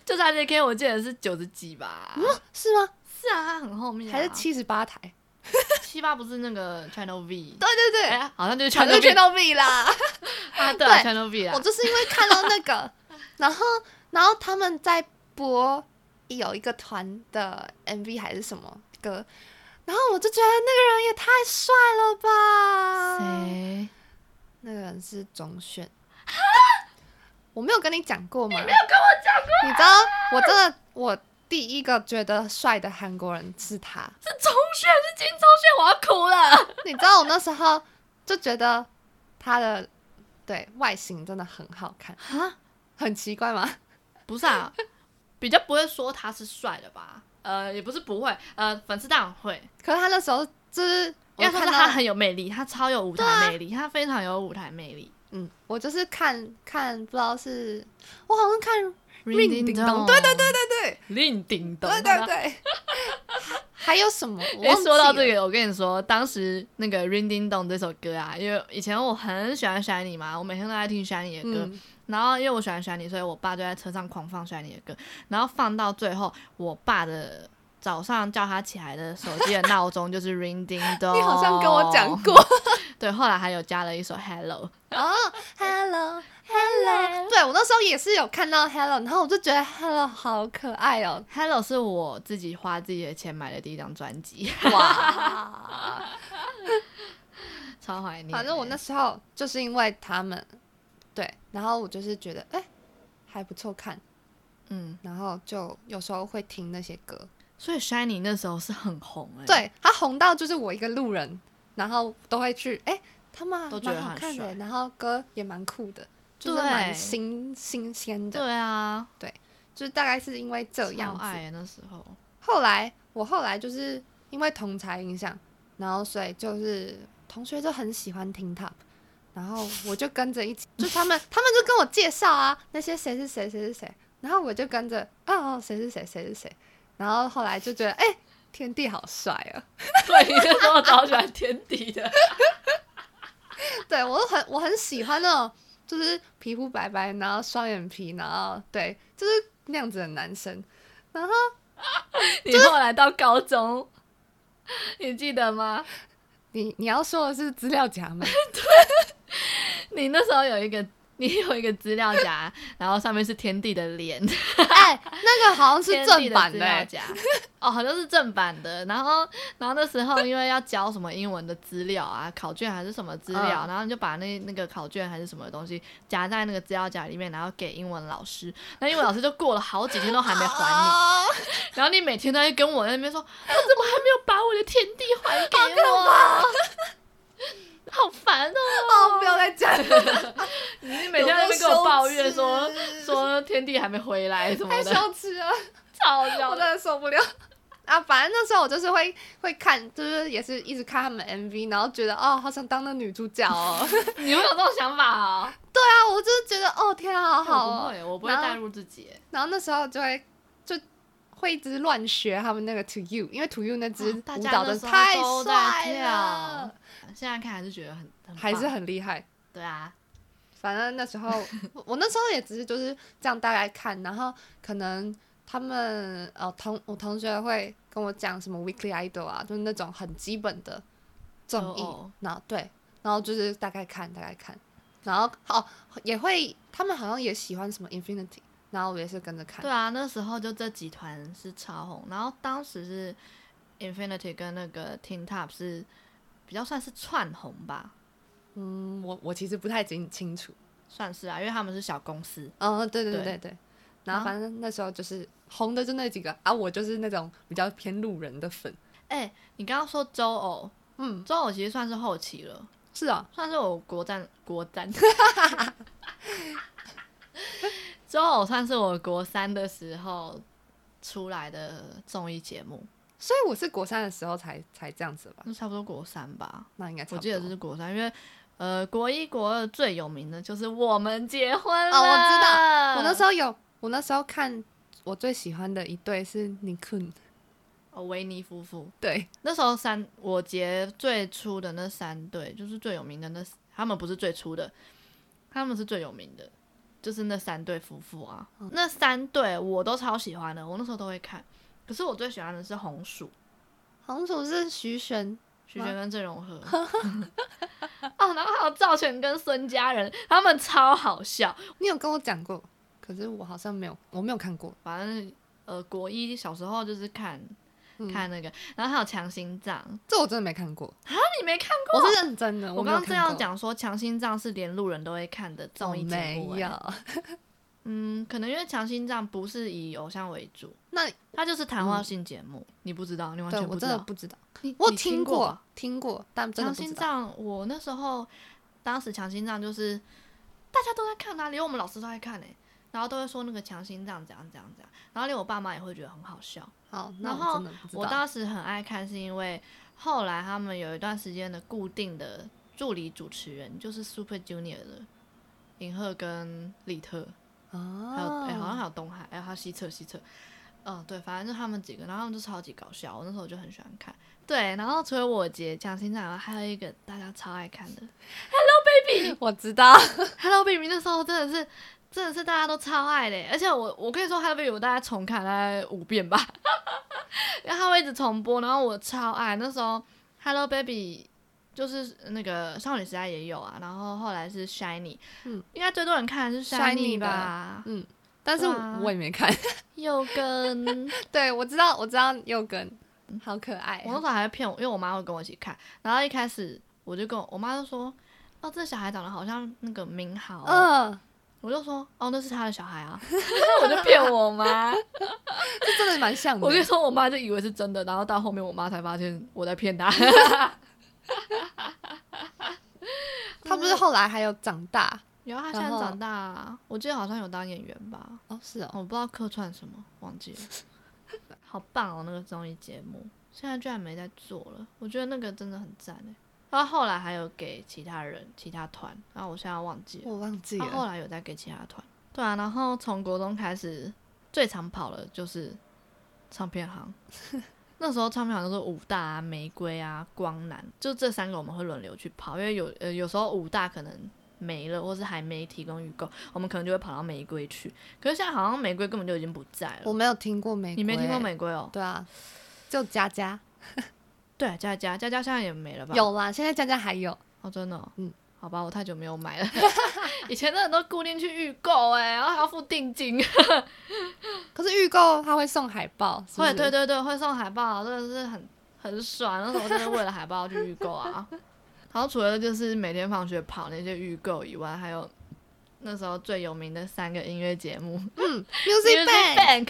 就在 JK，我记得是九十几吧？
是吗？
是啊，它很后面、啊，
还是七十八台？
<laughs> 七八不是那个 Channel V？
对对对，
哎、好像就是
反正
Channel
全
V
到 B 啦。
啊，对啊
对
，Channel V 啊
我，就是因为看到那个，然后然后他们在播有一个团的 MV 还是什么歌，然后我就觉得那个人也太帅了吧！？
谁？
那个人是钟铉。我没有跟你讲过吗？你没有跟我讲过。你知道我真的我第一个觉得帅的韩国人是他。
是钟铉，是金钟铉，我要哭了。
你知道我那时候就觉得他的对外形真的很好看，
啊，
很奇怪吗？
不是啊，比较不会说他是帅的吧？呃，也不是不会，呃，粉丝当然会，
可是他那时候就是我
因为他
看
说
到啊
他很有魅力，他超有舞台魅力，他非常有舞台魅力。
嗯，我就是看看不知道是我好像看
Ring
叮
ding
咚
dong
对对对对对
令叮咚，
对对对， <laughs> 还有什么？我
哎、
忘记
说到
了
这个，我跟你说，当时那个《Ring Ding Dong》这首歌啊，因为以前我很喜欢 Shiny 嘛，我每天都在听 Shiny 的歌。
嗯
然后因为我喜欢 Shiny，所以我爸就在车上狂放 Shiny 的歌，然后放到最后，我爸的早上叫他起来的手机的闹钟就是 Ring Ding Dong。
<laughs> 你好像跟我讲过。
对，后来还有加了一首 Hello。
哦，Hello Hello，对我 <laughs> 那时候也是有看到 Hello，然后我就觉得 Hello 好可爱哦，
Hello 是我自己花自己的钱买的第一张专辑，
哇！
超怀念。
反正我那时候就是因为他们，对，然后我就是觉得哎、还不错看，
嗯，
然后就有时候会听那些歌，
所以 Shiny 那时候是很红哎、
对他红到就是我一个路人，然后都会去哎、他们
都觉
蛮
得
好
很
看的，
帅
然后歌也蛮酷的，就是蛮新新鲜的，
对啊，
就是大概是因为这样
超
子。
爱欸那时候。
后来我后来就是因为同才影响，然后所以就是同学就很喜欢听 Top，然后我就跟着一起，就他们他们就跟我介绍啊那些谁是谁谁是谁，然后我就跟着哦哦谁是谁谁是谁，然后后来就觉得哎、天地好帅啊，
对，那时候超喜欢天敌的。
对我都很我很喜欢那种就是皮肤白白，然后双眼皮，然后对，就是那样子的男生。
你后来到高中，你记得吗？
你你要说的是资料夹吗？
你那时候有一个，你有一个资料夹，然后上面是天地的脸，
哎、那个好像是
天地
正
的
版
资
的、
料
欸，
夹，哦，好像是正版的。然后，然后那时候因为要交什么英文的资料啊，考卷还是什么资料，
嗯
然后你就把那那个考卷还是什么东西夹在那个资料夹里面，然后给英文老师。那英文老师就过了好几天都还没还你，
哦，
然后你每天都在跟我在那边说，他怎么还没有把我的天地还给我？ <laughs> 好烦哦！
哦，不要再讲了，
你每天在那边跟我抱怨说说天地还没回来什么
太
的，
羞耻了。
超 <laughs> 好笑
我
的。
真的受不了。 <laughs> 啊，反正那时候我就是会会看，就是也是一直看他们 MV，然后觉得哦，好想当那女主角
<laughs>
哦。对
你会有这种想法哦？
啊，我就是觉得哦，天啊， <laughs> 好好
我
哦
不。会，我不会
然后
带入自己。
然后那时候就会就会一直乱学他们那个 To You，因为 To You 那支
哦大
舞
家
蹈
那
真
时
的
候
太
都在
帅
跳
了，
现在看还是觉得很很棒
还是很厉害。
对啊，
反正那时
<laughs>
候我我那时候也只是就是这样大概看，然后可能他们呃同我同学会跟我讲什么 Weekly Idol 啊，就是那种很基本的综艺
哦哦
然后对，然后就是大概看大概看，然后哦也会他们好像也喜欢什么 Infinity，然后我也是跟着看
对，啊，那时候就这几团是超红，然后当时是 Infinity 跟那个 Teen Top 是比较算是串红吧，
嗯，我我其实不太清清楚，
算是啊，因为他们是小公司，
嗯，对对
对
对对对。然后反正那时候就是红的就那几个啊，我就是那种比较偏路人的粉，
哎、你刚刚说周偶，
嗯，
周偶其实算是后期了，
是啊，
算是我国战国战。周偶算是我国三的时候出来的综艺节目，
所以我是国三的时候才才这样子吧，
那差不多国三吧，
那应该差
我
不
记
多。
得就是国三，因为呃国一国二最有名的就是我们结婚了。
哦我知
道
我那时候有，我那时候看我最喜欢的一对是尼坤，
候哦维尼夫妇，
对，
那时候三我结最初的那三对就是最有名的那，他们不是最初的，他们是最有名的，就是那三对夫妇啊，那三对我都超喜欢的，我那时候都会看。可是我最喜欢的是红薯，
红薯是徐玄，
许玄跟郑容和， <laughs> 哦，然后还有赵权跟孙佳人，他们超好笑。
你有跟我讲过，可是我好像没有，我没有看过。
反正呃，国一小时候就是看
嗯
看那个，然后还有强心脏，那
这我真的没看过，
你没看过？
嗯
啊
我是认真的。
我
没有
刚刚正
看
要
过，
讲说，强心脏是连路人都会看的
哦
综艺节目、
没
欸
有。
嗯，可能因为强心脏不是以偶像为主，
那
它就是谈话性节目、你不知道，你完
嗯对
全
我
知
真的
道。
不知道，
你
我有
你
听
听过吧
过，听过，但真的
强
不知
心
道。
脏，我那时候当时强心脏就是大家都在看啊，连我们老师都在看呢、然后都会说那个强心脏怎样怎样怎样，然后连我爸妈也会觉得很好笑。
好，那
然
我
后
真的不知
我
道。
当时很爱看，是因为后来他们有一段时间的固定的助理主持人就是 Super Junior 的尹赫跟李特，还有哎、好像
啊，
还有东海，哎还有西侧西侧，嗯、对，反正就他们几个，然后他们就超级搞笑，我那时候就很喜欢看。对，然后除了我姐讲心脏，啊还有一个大家超爱看的
<coughs> 我知道，
Hello Baby，那时候真的是真的是大家都超爱的，欸而且我我跟你说 Hello Baby，我大概重看了大概五遍吧， <laughs> 然后他会一直重播，然后我超爱那时候 Hello Baby。就是那个少女时代也有啊，然后后来是 Shiny，
嗯
应该最多人看的是
Shiny 的
吧？
嗯，但是
对啊
我也没看。 <laughs>
又跟
对，我知道，我知道幼根，好可爱
我那
啊。
时候还会骗我，因为我妈会跟我一起看。然后一开始我就跟我我妈就说：“哦，这小孩长得好像那个明豪哦。
嗯，
我就说：“哦，那是他的小孩
<laughs>
啊。” <laughs> 我就骗我妈。
这真的蛮像的
我跟。你说，我妈就以为是真的，然后到后面我妈才发现我在 <laughs> 骗她。
他不是后来还有长大
然后她现在长大、啊，我记得好像有当演员吧，
哦，是哦，
我不知道客串什么，忘记了。 <laughs> 好棒哦，那个综艺节目现在居然没在做了，我觉得那个真的很赞哎。然后后来还有给其他人、其他团，然后我现在忘记了。
我忘记
他哦后
了。
来有再给其他团。对啊，然后从国中开始，最常跑的就是唱片行。那时候唱片好像是武大啊、玫瑰啊、光南，就这三个我们会轮流去跑，因为有呃有时候武大可能没了，或是还没提供预购，我们可能就会跑到玫瑰去。可是现在好像玫瑰根本就已经不在
我
了，
没有听过哦玫瑰，
你没听过？玫瑰哦？
对啊，就佳佳
对啊，佳佳佳佳现在也没了吧？
有啦，现在佳佳还有，
哦，真的、哦，
嗯
嗯，好吧，我太久没有买了， <laughs> 以前真的都固定去预购哎、然后还要付定金，
可是预购他会送海报，是不
会，
是
对对对，会送海报，啊真的是很很爽。那时候真的为了海报去预购啊。然后除了就是每天放学跑那些预购以外，还有那时候最有名的三个音乐节目
嗯，Music
Music
Bank，
Bank、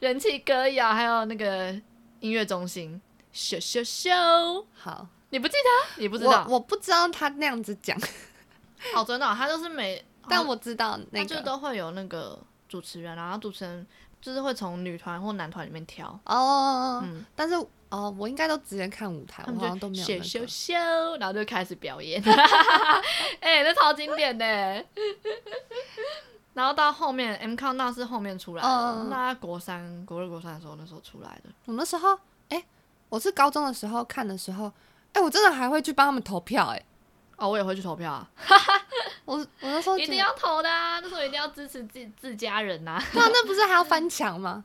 人气歌谣，还有那个音乐中心。咻咻咻！
好，
你不记得？你不知道？
我我不知道他那样子讲，
哦，真的哦、他就是每，
但我知道那
他就
个哦
都会有那个主持人，然后主持人就是会从女团或男团里面挑。
哦，
嗯，
但是哦，我应该都直接看舞台，
他
我
们
好
就
像都没有
咻
那
咻
个。
咻，然后就开始表演， <laughs> 哎、这超经典的。然后到后面 M Count 那是后面出来的，
嗯
那国三、国二、国三的时候，那时候出来的。
我那时候，哎、我是高中的时候看的时候，哎、我真的还会去帮他们投票、哎，
哦，我也会去投票啊，
我我那时候觉
一定
得，
要投的啊！那时候一定要支持自自家人呐、 <laughs>
对啊， <laughs> 那不是还要翻墙吗？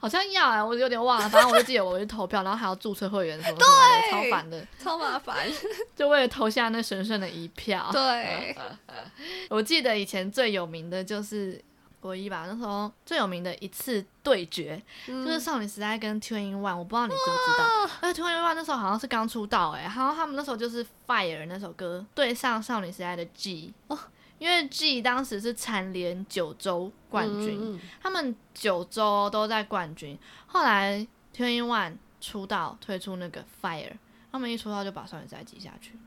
好像要哎、我有点忘了，反正我就记得我去投票，然后还要注册会员什么什么
对
的，超烦的，
<laughs> 超麻烦，
就为了投下那神圣的一票。
<laughs> <laughs> 对，
我记得以前最有名的就是国一吧，那时候最有名的一次对决、
嗯
就是少女时代跟 Twenty One，我不知道你知不知道。而且 Twenty One 那时候好像是刚出道哎、欸，然后他们那时候就是 Fire 那首歌对上少女时代的 G，、因
哦
为 G 当时是蝉联九州冠军，
嗯嗯嗯
他们九周都在冠军。后来 Twenty One 出道推出那个 Fire，他们一出道就把少女时代挤下去。
嗯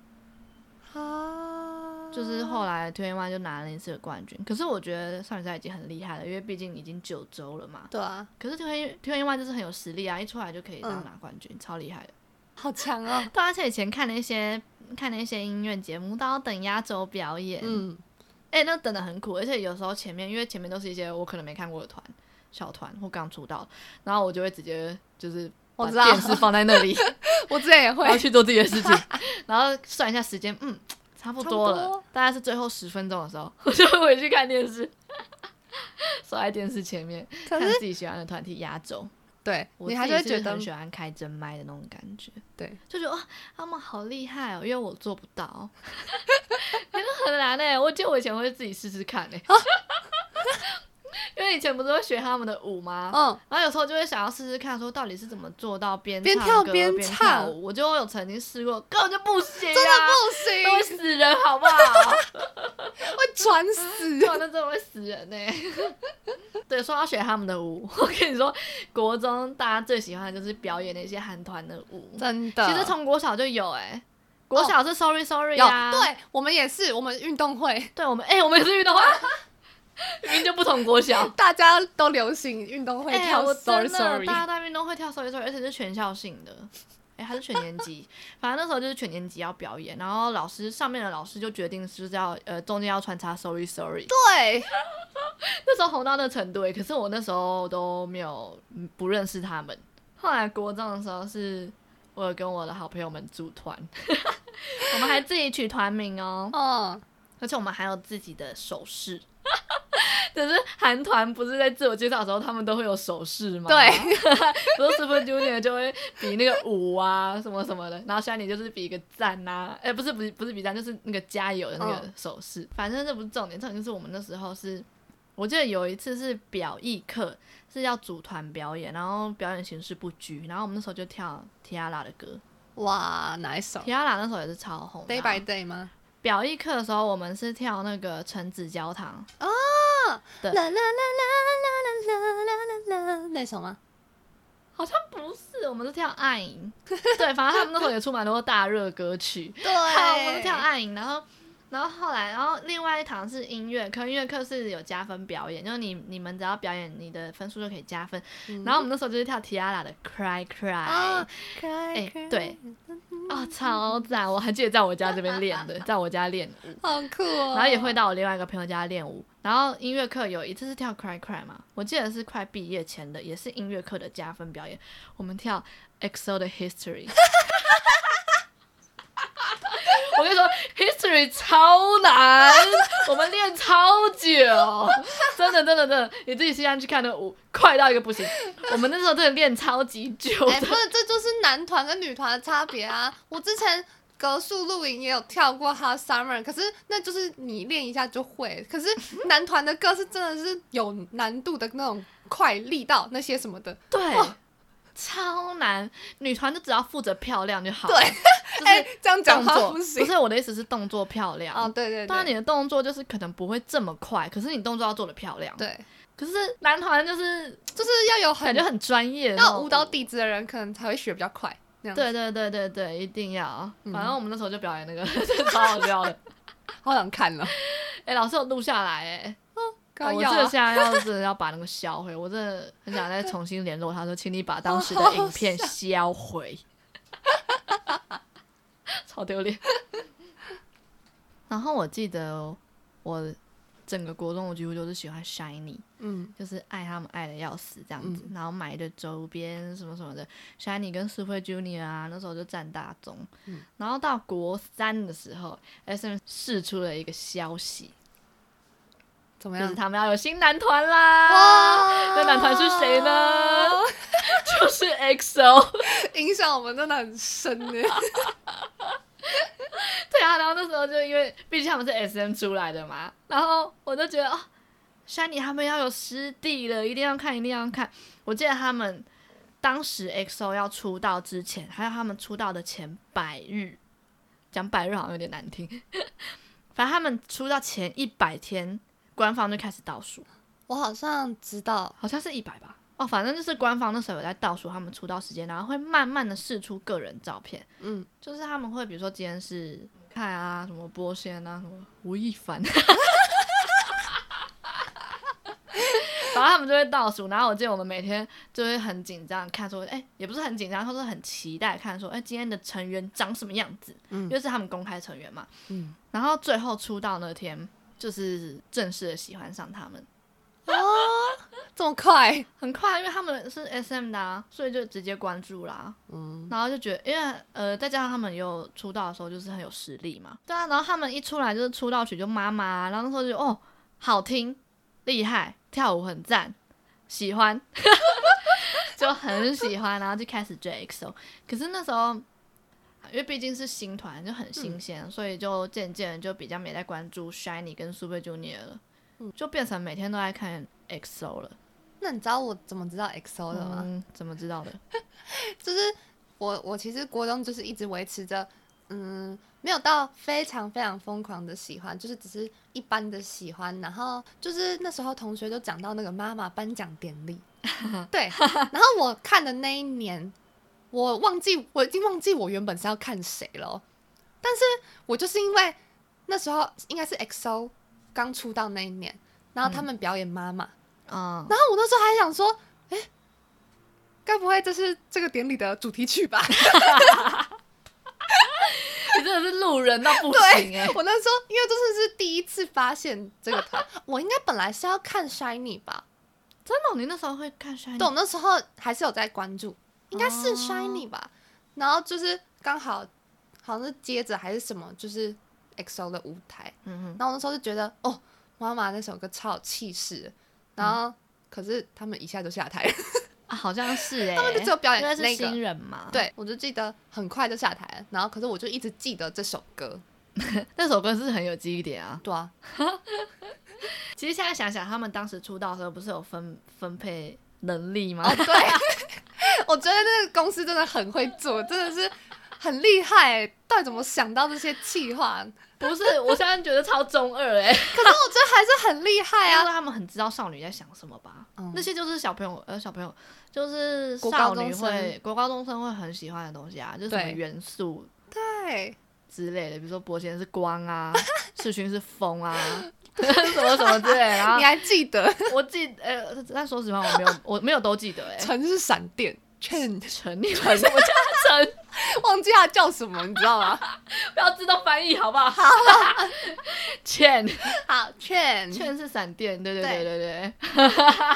啊，
就是后来推湾就拿了一次的冠军，可是我觉得少女时代已经很厉害了，因为毕竟已经九周了嘛。
对啊，
可是推推湾就是很有实力啊，一出来就可以
嗯
当拿冠军，超厉害的。
好强哦，
对啊，而且以前看那些看那些音乐节目，都要等压轴表演，嗯，
嗯，
哎、那等的很苦，而且有时候前面因为前面都是一些我可能没看过的团。小团或刚出道，然后我就会直接就是
我
把
知道，
电视放在那里，
<laughs> 我之前也会
然，后去做自己的事情， <laughs> 然后算一下时间，嗯，差不多
差
了，
不多
大概是最后十分钟的时 <laughs> 候，我就回去看电视， <laughs> 坐在电视前面
可
看
是
自己喜欢的团体压轴，
对
我
你还
自
是
己
会觉
是
得嗯
很喜欢开真麦的那种感觉，
对，
就觉得哇，他们好厉害哦，因为我做不到， <laughs> 真的很难哎，我记得我以前会自己试试看
<laughs>
哎，因为以前不是会学他们的舞吗？
嗯，
然后有时候就会想要试试看，说到底是怎么做到边
边
唱
跳
歌
边
边
唱
舞我就有曾经试过，根本就不行、啊，
真的
都会
不行，
死人，好 <laughs> 不好？
<laughs> 会传死，
哇，那真的会死人呢、 <laughs> 对，说到学他们的舞，我跟你说，国中大家最喜欢的就是表演那些韩团的舞，
<laughs> 真的，哦
其实从国小就有哎、国小是 Sorry Sorry
有，
啊，
对我们也是，我们运动会。
对，我们哎、我们也是运动会， <laughs> 明明就不同国小。
<laughs> 大家都流行运动会
哎、
跳
我
sorry
真的
sorry，
大家大运动会跳 sorry sorry，而且是全校性的。哎、还是全年级，反正那时候就是全年级要表演，然后老师上面的老师就决定是要呃中间要穿插 sorry sorry。
<laughs> 对，
那时候红到那程度哎，可是我那时候都没有嗯不认识他们。后来国中的时候是，我有跟我的好朋友们组团， <laughs> 我们还自己取团名哦。
嗯，
而且我们还有自己的手势。 <laughs> 就是韩团不是在自我介绍的时候，他们都会有手势吗？
对， <laughs>
比如说 Super Junior 就会比那个舞啊什么什么的，然后 Shiny 就是比一个赞呐、哎、不是不是不是比赞，就是那个加油的那个
嗯
手势。反正这不是重点，重点就是我们那时候是，我记得有一次是表艺课，是要组团表演，然后表演形式不拘，然后我们那时候就跳 Tiara 的歌
哇，哦哪一首
，Tiara 那时候也是超红的啊、
？Day by Day 吗？
表艺课的时候，我们是跳那个橙子焦糖，对
啦啦啦啦啦啦啦啦啦，那首吗？
好像不是，我们是跳暗影。 <laughs> 对，反正他们那时候也出蛮多大热歌曲。
对，
好，我们是跳啊暗影，然后。然后后来，然后另外一堂是音乐课，音乐课是有加分表演，就是你你们只要表演，你的分数就可以加分。然后我们那时候就是跳 Tiara 的 Cry Cry，
啊
哎、
哦，Cry，
对，哦，超赞！我还记得在我家这边练的，在我家练舞，
好酷哦。
然后也会到我另外一个朋友家练舞。然后音乐课有一次是跳 Cry Cry 嘛，我记得是快毕业前的，也是音乐课的加分表演。我们跳 EXO 的 History，我跟你说，History 超难，我们练超久，真的真的真的，你自己现在去看那个舞，快到一个不行。我们那时候真的练超级久
哎、
<laughs> 的
不是，这就是男团跟女团的差别啊！我之前格数露营也有跳过《Hot Summer》，可是那就是你练一下就会。可是男团的歌是真的是有难度的那种快力道那些什么的。
对，超难。女团就只要负责漂亮就好了，
对，
就是
哎、这样讲
动
话
作。
不行。
是我的意思是动作漂亮。
哦，对对
当然，
对，
你的动作就是可能不会这么快，可是你动作要做的漂亮。，
对，
可是男团就是
就是要有
感
很
觉很专业，
要有舞蹈。底子的人，可能才会学比较快。那样，
对对对对对，一定要。
嗯
反正我们那时候就表演那个， <laughs> 超好
<laughs>
笑的。
好想看哦了，
哎、老师有录下来哎、
刚
我
要
这
啊、
个现在要是要把那个销毁，我真的很想再重新联络他说，请你把当时的影片销毁，超丢脸。然后我记得我整个国中，我几乎就是喜欢 Shiny，
嗯，
就是爱他们爱的要死这样子，然后买的周边什么什么的，Shiny 跟 Super Junior 啊，那时候就占大宗。
嗯
然后到国三的时候，SM 释出了一个消息，
怎么
就
样
是？他们要有新男团啦！
哇
那男团是谁
<laughs>
呢？就是 EXO。
影响我们真的很深呢。
对啊，然后那时候就因为毕竟他们是 SM 出来的嘛，然后我就觉得哦，Shiny 他们要有师弟了，一定要看，一定要看。我记得他们当时 EXO 要出道之前，还有他们出道的前百日，讲百日好像有点难听， <laughs> 反正他们出道前一百天，官方就开始倒数。
我好像知道，
好像是一百吧。哦，反正就是官方那时候有在倒数他们出道时间，然后会慢慢的试出个人照片，
嗯，
就是他们会比如说今天是看啊，什么波仙啊，什么吴亦凡， <laughs> 然后他们就会倒数，然后我记得我们每天就会很紧张看说，哎、也不是很紧张，他说很期待看说，哎、今天的成员长什么样子，
嗯
因为是他们公开成员嘛，
嗯，
然后最后出道那天就是正式的喜欢上他们，
哦 <laughs> 这么快，
很快，因为他们是 SM 的、啊，所以就直接关注啦。
嗯，
然后就觉得，因为呃，再加上他们有出道的时候就是很有实力嘛，对啊。然后他们一出来就是出道曲就妈妈，然后那时候就哦，好听，厉害，跳舞很赞，喜欢， <laughs> 就很喜欢，然后就开始追 EXO。可是那时候。因为毕竟是新团，就很新鲜，所以就渐渐就比较没在关注 Shiny 跟 Super Junior 了，就变成每天都在看 EXO 了。
那你知道我怎么知道 XO 的吗？
嗯，怎么知道的？
<laughs> 就是我我其实国中就是一直维持着，嗯，没有到非常非常疯狂的喜欢，就是只是一般的喜欢。然后就是那时候同学就讲到那个妈妈颁奖典礼，对，然后我看的那一年，我忘记我已经忘记我原本是要看谁了哦，但是我就是因为那时候应该是 XO 刚出道那一年，然后他们表演妈妈。
嗯，
然后我那时候还想说，哎、该不会这是这个典礼的主题曲吧？
你真的是路人到不行哎、
对，我那时候因为这是是第一次发现这个团，我应该本来是要看 Shiny 吧？
真的哦、你那时候会看 Shiny？
对，我那时候还是有在关注，应该是
哦
Shiny 吧。然后就是刚好好像是接着还是什么，就是 EXO 的舞台，
嗯嗯，
然后我那时候就觉得，哦，妈妈那首歌超有气势的，然后。
嗯
可是他们一下就下台了， <laughs>
啊，好像是哎、
他们就只有表演
因为是
那个
新人嘛。，
对我就记得很快就下台了，然后可是我就一直记得这首歌，
那首歌是很有记忆点啊。
对啊，
其实现在想想，他们当时出道的时候不是有分分配能力吗？
哦对， <laughs> 我觉得那个公司真的很会做，真的是很厉害、欸到底怎么想到这些企划？
不是，我现在觉得超中二 <laughs> 哎、欸。
可是我觉得还是很厉害
就是
啊。
他们很知道少女在想什么吧？
嗯
那些就是小朋友，呃，小朋友就是
国高
少
中
女会
生
国高中生会很喜欢的东西啊，就是什么
对
元素
对，
之类的，比如说伯贤是光啊， <laughs> 世勋是风啊， <laughs> 什么什么之类的。然
你
后
还记得
我记得，呃，但说实话，我没有，我没有都记得、
<laughs>
欸。
陈是闪电，Chen
陈，你为什么叫他成，
忘记他叫什么，你知道吗？
不要自动翻译好不 <laughs> 嗯好？好，欠
好，Chen，
欠是闪电，对对
对
对对对。 <laughs>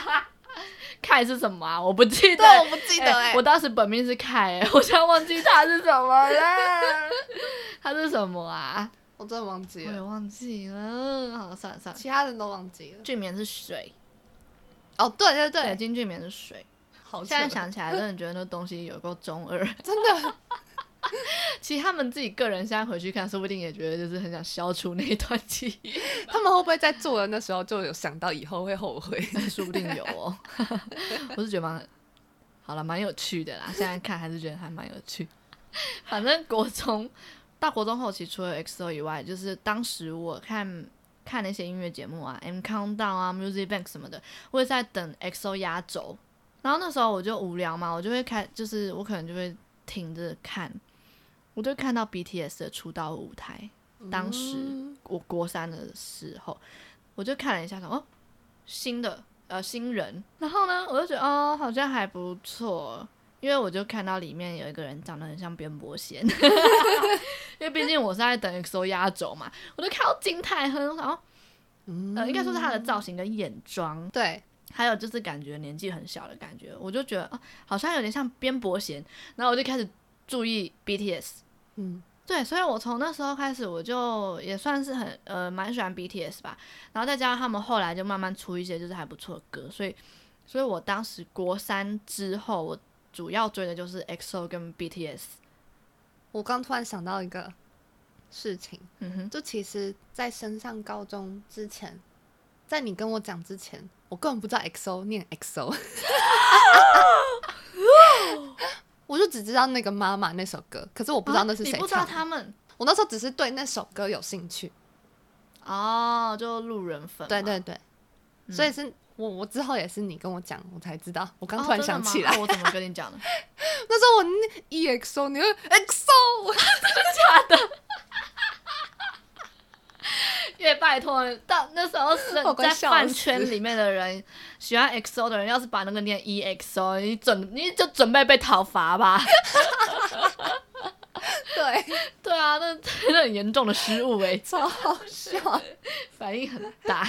凯是什么啊？我不记得，
对，我不记得
哎
哎、
我当时本命是凯、哎我 <laughs> 现在忘记他是什么了，他是什么啊？
<laughs> 我真的忘
我
记
也
了，
忘记了，好，算了算了。
其他人都忘记了。
俊棉是水，
哦，对对对，
金俊棉是水。
好扯，
现在想起来，真的觉得那东西有够中二。 <laughs>
真的， <laughs>
其实他们自己个人现在回去看，说不定也觉得就是很想消除那一段记忆，
他们会不会在做的那时候就有想到以后会后悔？
<laughs> 说不定有哦。我是觉得蛮好了，蛮有趣的啦。现在看还是觉得还蛮有趣。反正国中到国中后期，除了 XO 以外，就是当时我看看那些音乐节目啊，M Countdown 啊，Music Bank 什么的，我也在等 XO 压轴。然后那时候我就无聊嘛，我就会看，就是我可能就会停着看，我就看到 BTS 的出道舞台，当时
嗯
我国三的时候，我就看了一下，想哦，新的呃新人，然后呢，我就觉得哦，好像还不错，因为我就看到里面有一个人长得很像边伯贤， <laughs> 因为毕竟我是在等 XO 压轴嘛，我就看到金泰亨，然后呃，应该说是他的造型跟眼
<laughs>
妆，
对，
还有就是感觉年纪很小的感觉，我就觉得哦，好像有点像边伯贤，然后我就开始注意 BTS，
嗯，
对，所以我从那时候开始，我就也算是很呃蛮喜欢 BTS 吧，然后再加上他们后来就慢慢出一些就是还不错的歌，所以所以我当时国三之后，我主要追的就是 EXO 跟 BTS。
我刚突然想到一个事情，
嗯哼，
就其实，在升上高中之前，在你跟我讲之前，我根本不知道 XO 念 XO，我就只知道那个妈妈那首歌，可是我不知道那是
啊
谁
你
唱
不
的。
知道他们
我那时候只是对那首歌有兴趣。
哦，就路人粉嘛。
对对对，
嗯
所以是我我之后也是你跟我讲，我才知道。我
哦，
刚突然
真的
想
吗
起来， <laughs>
哦我怎么跟你讲的？
那时候我念 EXO，你会
<laughs>
XO，
<laughs> 也拜托了，到那时候是
我快
在
笑
饭
死
圈里面的人，喜欢 XO 的人，要是把那个念 EXO，你准你就准备被讨伐吧。
对，
对啊，那 <laughs> 那很严重的失误哎、
超好笑。
<laughs> 反应很大。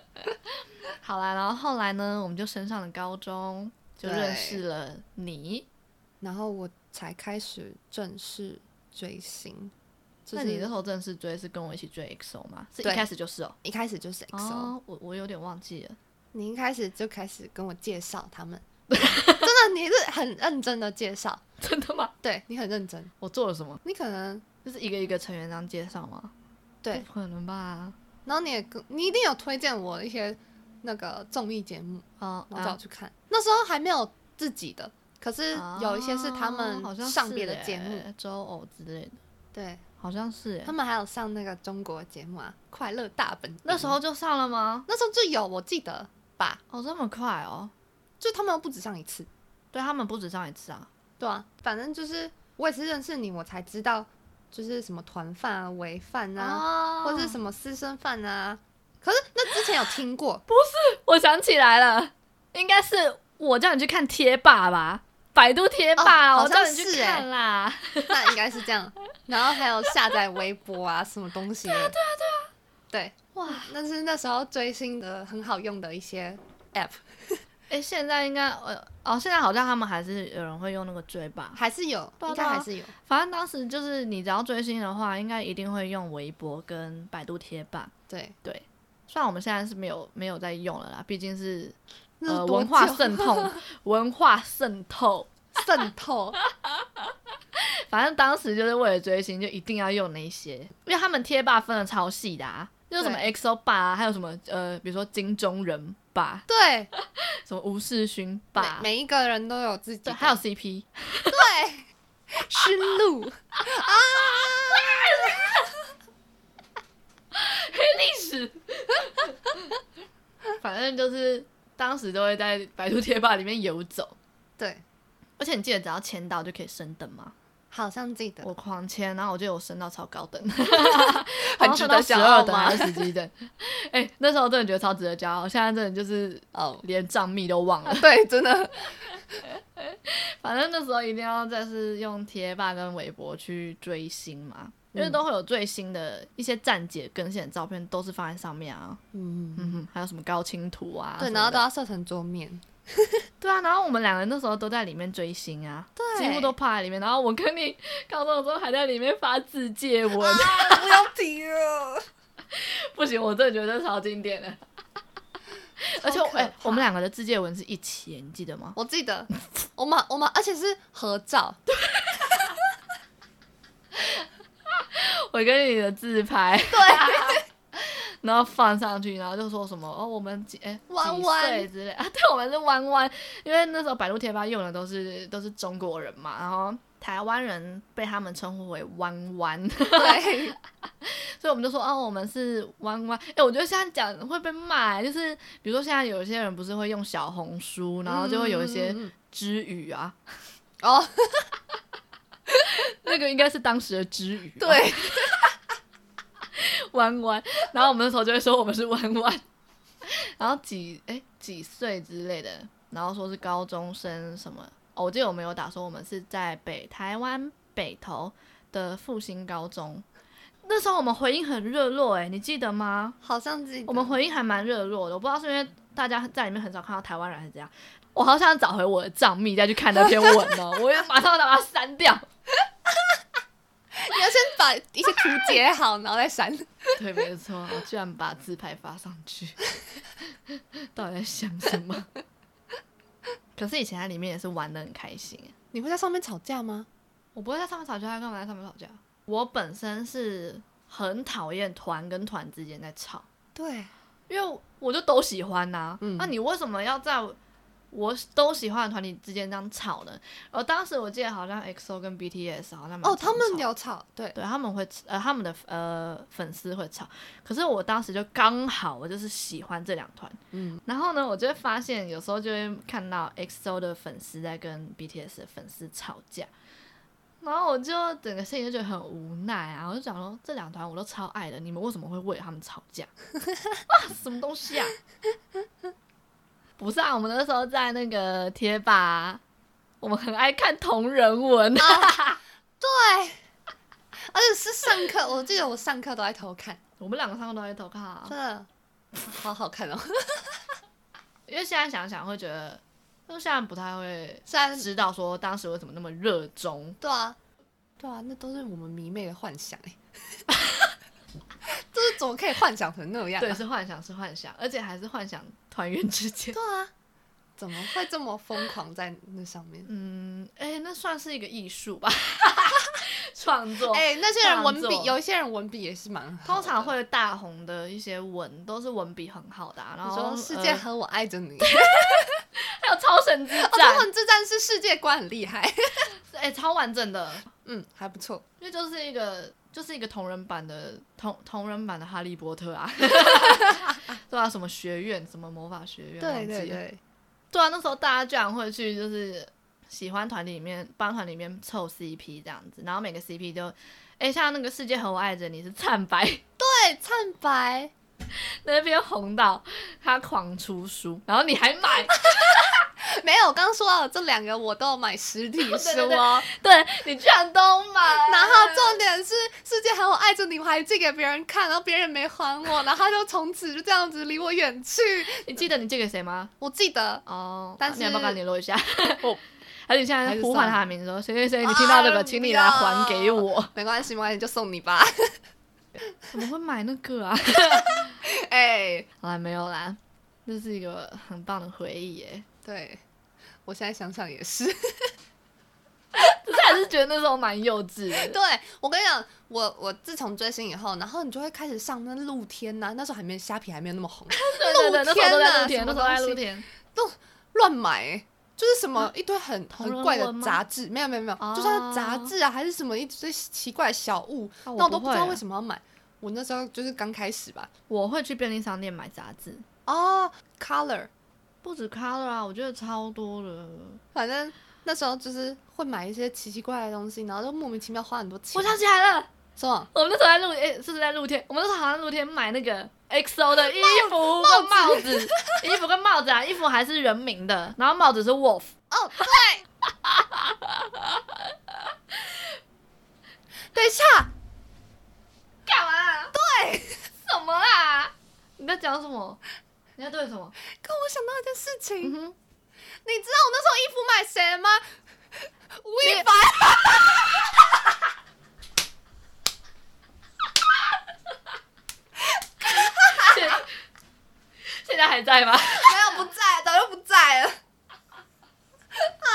<laughs> 好啦，然后后来呢，我们就升上了高中，就
对
认识了你。
然后我才开始正式追星，就
那你那时
是
候正式追是跟我一起追 EXO 吗？是一
对
开始就是哦。
一开始就是 XO，、
哦，我我有点忘记了。
你一开始就开始跟我介绍他
<laughs>
们，真的你是很认 <laughs> 真的介绍，
真的吗？
对你很认真，
我做了什么？
你可能
就是一个一个成员这样介绍吗？
对
不可能吧？
然后你也跟你一定有推荐我一些那个综艺节目，
哦，
然后叫我
啊
去看。那时候还没有自己的，可是有一些是他
哦好
们
像
上
是
别的节目，
欸周偶之类的，
对
好像是欸
他。们还有上那个中国节目啊，《快乐大本营》。
那时候就上了吗？
那时候就有，我记得吧？
哦，这么快哦？
就他们又不止上一次，
对他们不止上一次啊。
对啊，反正就是我也是认识你，我才知道就是什么团饭啊、违饭啊，
哦
或是什么私生饭啊。可是那之前有听过， <laughs>
我想起来了，应该是我叫你去看贴吧吧，百度贴吧，
哦
我
好像
叫你去看啦。
那应该是这样。然后还有下载微博啊，什么东西的。对啊，对啊，对。
哇，
那是那时候追星的很好用的一些 app，
哎、现在应该呃哦，现在好像他们还是有人会用那个追吧。
还是有，
对啊
应该还是有。
反正当时就是你只要追星的话，应该一定会用微博跟百度贴吧。
对，
对，虽然我们现在是没有没有在用了啦，毕竟是
那
呃
是多
文
<laughs>
化
久
渗透，文化渗透。
渗透，
反正当时就是为了追星，就一定要用那些，因为他们贴吧分的超细的啊，就是什么 XO 吧、啊，还有什么呃，比如说金钟人吧，
对，
什么吴世勋
每
吧，
每一个人都有自己
对，
的，
还有 CP，
<laughs> 熏露，
历史， <laughs> 反正就是当时都会在百度贴吧里面游走，
对，
而且你记得只要签到就可以升等吗？
好像记得，
我狂签，然后我就有升到超高等，
<laughs> 很值得骄傲
的
吗
还是十几等？ <laughs> 哎、那时候真的觉得超值得骄傲，现在真的就是
哦，
连账密都忘了。
对，真的，
反正那时候一定要再是用贴吧跟微博去追星嘛，因为都会有最新的一些站姐更新的照片，都是放在上面啊。
嗯，
嗯哼，还有什么高清图啊什么的？
对，然后都要设成桌面，
对啊，然后我们两个那时候都在里面追星啊，
对
几乎都泡在里面。然后我跟你高中的时候还在里面发自介文，
啊不要提了。
不行，我真的觉得超经典的。而且我哎、我们两个的自介文是一起耶，你记得吗？
我记得，我们我们而且是合照，
我跟你的自拍，对，然后放上去，然后就说什么哦，我们几哎、
弯
几
弯
岁之类啊，对，我们是弯弯，因为那时候百度贴吧用的都是都是中国人嘛，然后台湾人被他们称呼为弯弯。 <laughs>
对，
所以我们就说，哦，我们是弯弯。哎、我觉得现在讲会被骂、就是比如说现在有一些人不是会用小红书，然后就会有一些
嗯嗯嗯
之语啊，
哦，
那个应该是当时的之语、，
对，
<laughs> 弯弯。然后我们那时候就会说我们是弯弯，然后几哎、几岁之类的，然后说是高中生什么。哦，我记得我们有打说我们是在北台湾北投的复兴高中。那时候我们回应很热络、哎，你记得吗？
好像记得。
我们回应还蛮热络的，我不知道是因为大家在里面很少看到台湾人还是怎样。我好想找回我的账密再去看那篇文哦，我也马上把它删掉。
你要先把一些图截好，然后再删。
<laughs> 对，没错，我居然把自拍发上去， <laughs> 到底在想什么？ <laughs> 可是以前在里面也是玩的很开心，
你会在上面吵架吗？
我不会在上面吵架，干嘛在上面吵架？我本身是很讨厌团跟团之间在吵。
对，
因为我就都喜欢呐、
嗯
那你为什么要在我都喜欢的团体之间这样吵呢？而当时我记得好像 XO 跟 BTS 好像蛮
哦，他
常
们
吵，
有吵，对，
对他们会呃他们的呃粉丝会吵，可是我当时就刚好我就是喜欢这两团，
嗯，
然后呢，我就会发现有时候就会看到 XO 的粉丝在跟 BTS 的粉丝吵架。然后我就整个心里就觉得很无奈啊，我就想说这两团我都超爱的，你们为什么会为了他们吵架？ <laughs> 哇，什么东西啊！不是啊，我们那时候在那个贴吧啊，我们很爱看同人文， <laughs>
对，而且是上课，我记得我上课都在偷看，
我们两个上课都在偷看啊
真。的好好看哦。
因为现在想想会觉得，就现在不太会
虽然
知道说当时为什么那么热衷
对啊，对啊，那都是我们迷妹的幻想哎、 <laughs> 就是怎么可以幻想成那样、
对，
啊？
是幻想，是幻想，而且还是幻想团员之间。
对啊，怎么会这么疯狂在那上面？
嗯，哎、那算是一个艺术
<laughs>
吧，创作。
哎、那些人文
创
笔，
作
有一些人文笔也是蛮好的
通常会大红的一些文都是文笔很好的、啊，然
你说
后
世界
呃
和我爱着 <laughs> 你，
还有超神之
哦，中
战，
文之战是世界观很厉害，
哎、超完整的，
嗯，还不错。
因为就是一个就是一个同人版的同同人版的哈利波特啊， <laughs> 对啊，什么学院，什么魔法学院，忘
对
记
对
了
对，
对啊，那时候大家居然会去，就是喜欢团体里面帮团里面凑 CP 这样子，然后每个 CP 就，哎、像那个世界和我爱着你是灿白
对，灿白，
那边红到他狂出书，然后你还买，
<laughs>
<laughs>
没有，我刚刚说到的这两个我都有买实体 <laughs> 书
对对
哦。
对你居然都买，
<laughs> 然后重点是，世界还我爱着你，我还寄给别人看，然后别人没还我，然后他就从此就这样子离我远去。
你记得你借给谁吗？
我记得
哦，
但是
你要不要跟他联络一下？
我
还是你现在
还
在
是
呼
算
唤
了
他的名字说，谁谁谁，你听到这个，
啊
请你来还给
不 <laughs>
我。
没关系，没关系，就送你吧。 <laughs>
怎么会买那个啊？ <laughs>
哎、
好啦，没有啦，这是一个很棒的回忆耶。 <laughs>
对，我现在想想也是。 <laughs>
只是还是觉得那时候蛮幼稚的。
对我跟你讲，我我自从追星以后，然后你就会开始上那露天呐、那时候还没虾皮还没有那么红，
对对对，那时候都在露天，
天哪
那时候在
什么东西
露天。
乱买、欸就是什么一堆很
同人
很怪的
文吗
杂志，没有没有没有，就
哦
像杂志啊，还是什么一堆奇怪的小物，
那
那我都不知道为
么。
什么要买。我那时候就是刚开始吧。
我会去便利商店买杂志，
哦，Color，
不止 Color 啊，我觉得超多了。
反正那时候就是会买一些奇奇怪怪的东西，然后就莫名其妙花很多钱。
我想起来了，
什么？
我们那时候在露，哎、是不是在露天？我们那时候好像在露天买那个 XO 的衣服跟帽子， <laughs> 衣服跟帽子啊，衣服还是人名的，然后帽子是 Wolf。
等一下，
干嘛？对，什么啊啦？你在讲什么？你在对什么？
跟我想到一件事情，
嗯 <laughs> 哼，
你知道我那时候衣服买谁吗？吴亦凡。
现现在还在吗？
没有不在，早就不在了。啊！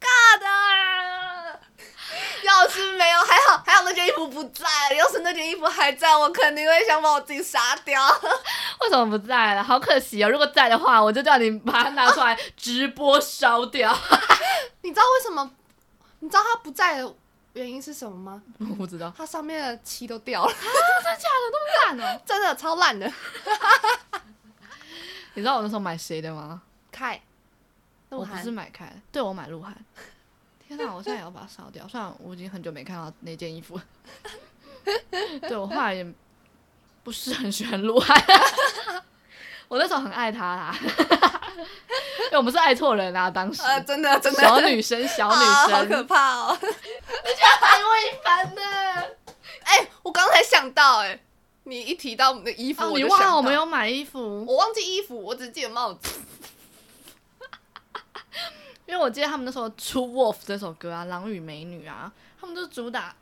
尬的啊！要是没有，还好还好那件衣服不在。要是那件衣服还在，我肯定会想把我自己杀掉。
为什么不在了？好可惜哦！如果在的话，我就叫你把它拿出来直播烧掉。
你知道为什么？你知道它不在的原因是什么吗？
<laughs> 我不知道，
它上面的漆都掉了， <laughs>
啊真的假的？那么烂哦！
真的超烂的。
<laughs> 你知道我那时候买谁的吗？
凯，鹿
我不
晗
是买开，对我买鹿晗。天哪，我现在也要把它烧掉。虽然我已经很久没看到那件衣 <laughs> 服了，对我后来也不是很喜欢鹿晗。 <laughs> 我那时候很爱他啦， <laughs> 因为我们是爱错人啦、啊当时、
呃，真的真的
小女生，小
<laughs>
女
啊好
生，
可怕哦！ <laughs>
太会烦了。
哎、我刚才想到、哎，你一提到你的衣服，
哦，
我
你
就
忘
想
了
到
我没有买衣服，
我忘记衣服，我只记得帽子。
因为我记得他们那时候出《Wolf》这首歌啊，《狼与美女》啊，他们就主打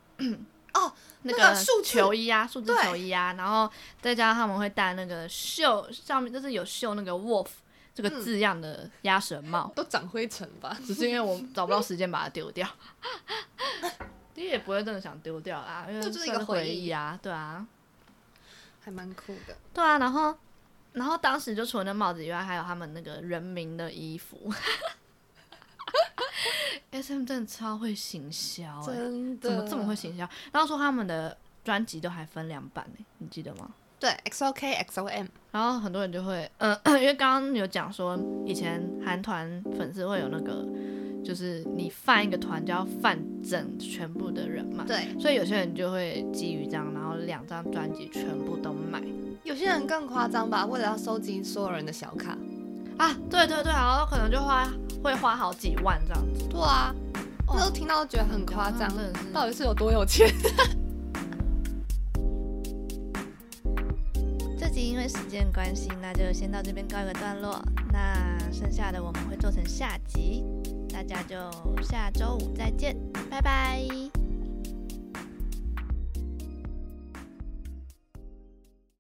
哦，
那
那
个
个数字
球衣啊，数字
对
球衣啊，然后再加上他们会戴那个绣上面就是有绣那个 wolf 这个
嗯
字样的鸭舌帽，
都长灰尘吧？
只是因为我找不到时间把它丢掉， <laughs> 你也不会真的想丢掉啦，因为
这就是一
算
个回
回忆啊，对啊，
还蛮酷的。
对啊，然后然后当时就除了那帽子以外，还有他们那个人民的衣服。S M 真的超会行销、欸，
真的？
怎么这么会？行销？然后说他们的专辑都还分两版呢、你记得吗？
对，XOK、XOM，
然后很多人就会，嗯、 <coughs> 因为刚刚有讲说，以前韩团粉丝会有那个，就是你犯一个团就要犯整全部的人嘛，
对，
所以有些人就会基于这样，然后两张专辑全部都买
有些人更夸张吧，为了要收集所有人的小卡。
啊，对对对，然后可能就花会花好几万这样子，
对啊，
哦
那时候听到都觉得很夸张，
嗯
真的是
到底是有多有钱？
这集因为时间关系，那就先到这边告一个段落。那剩下的我们会做成下集，大家就下周五再见，拜拜。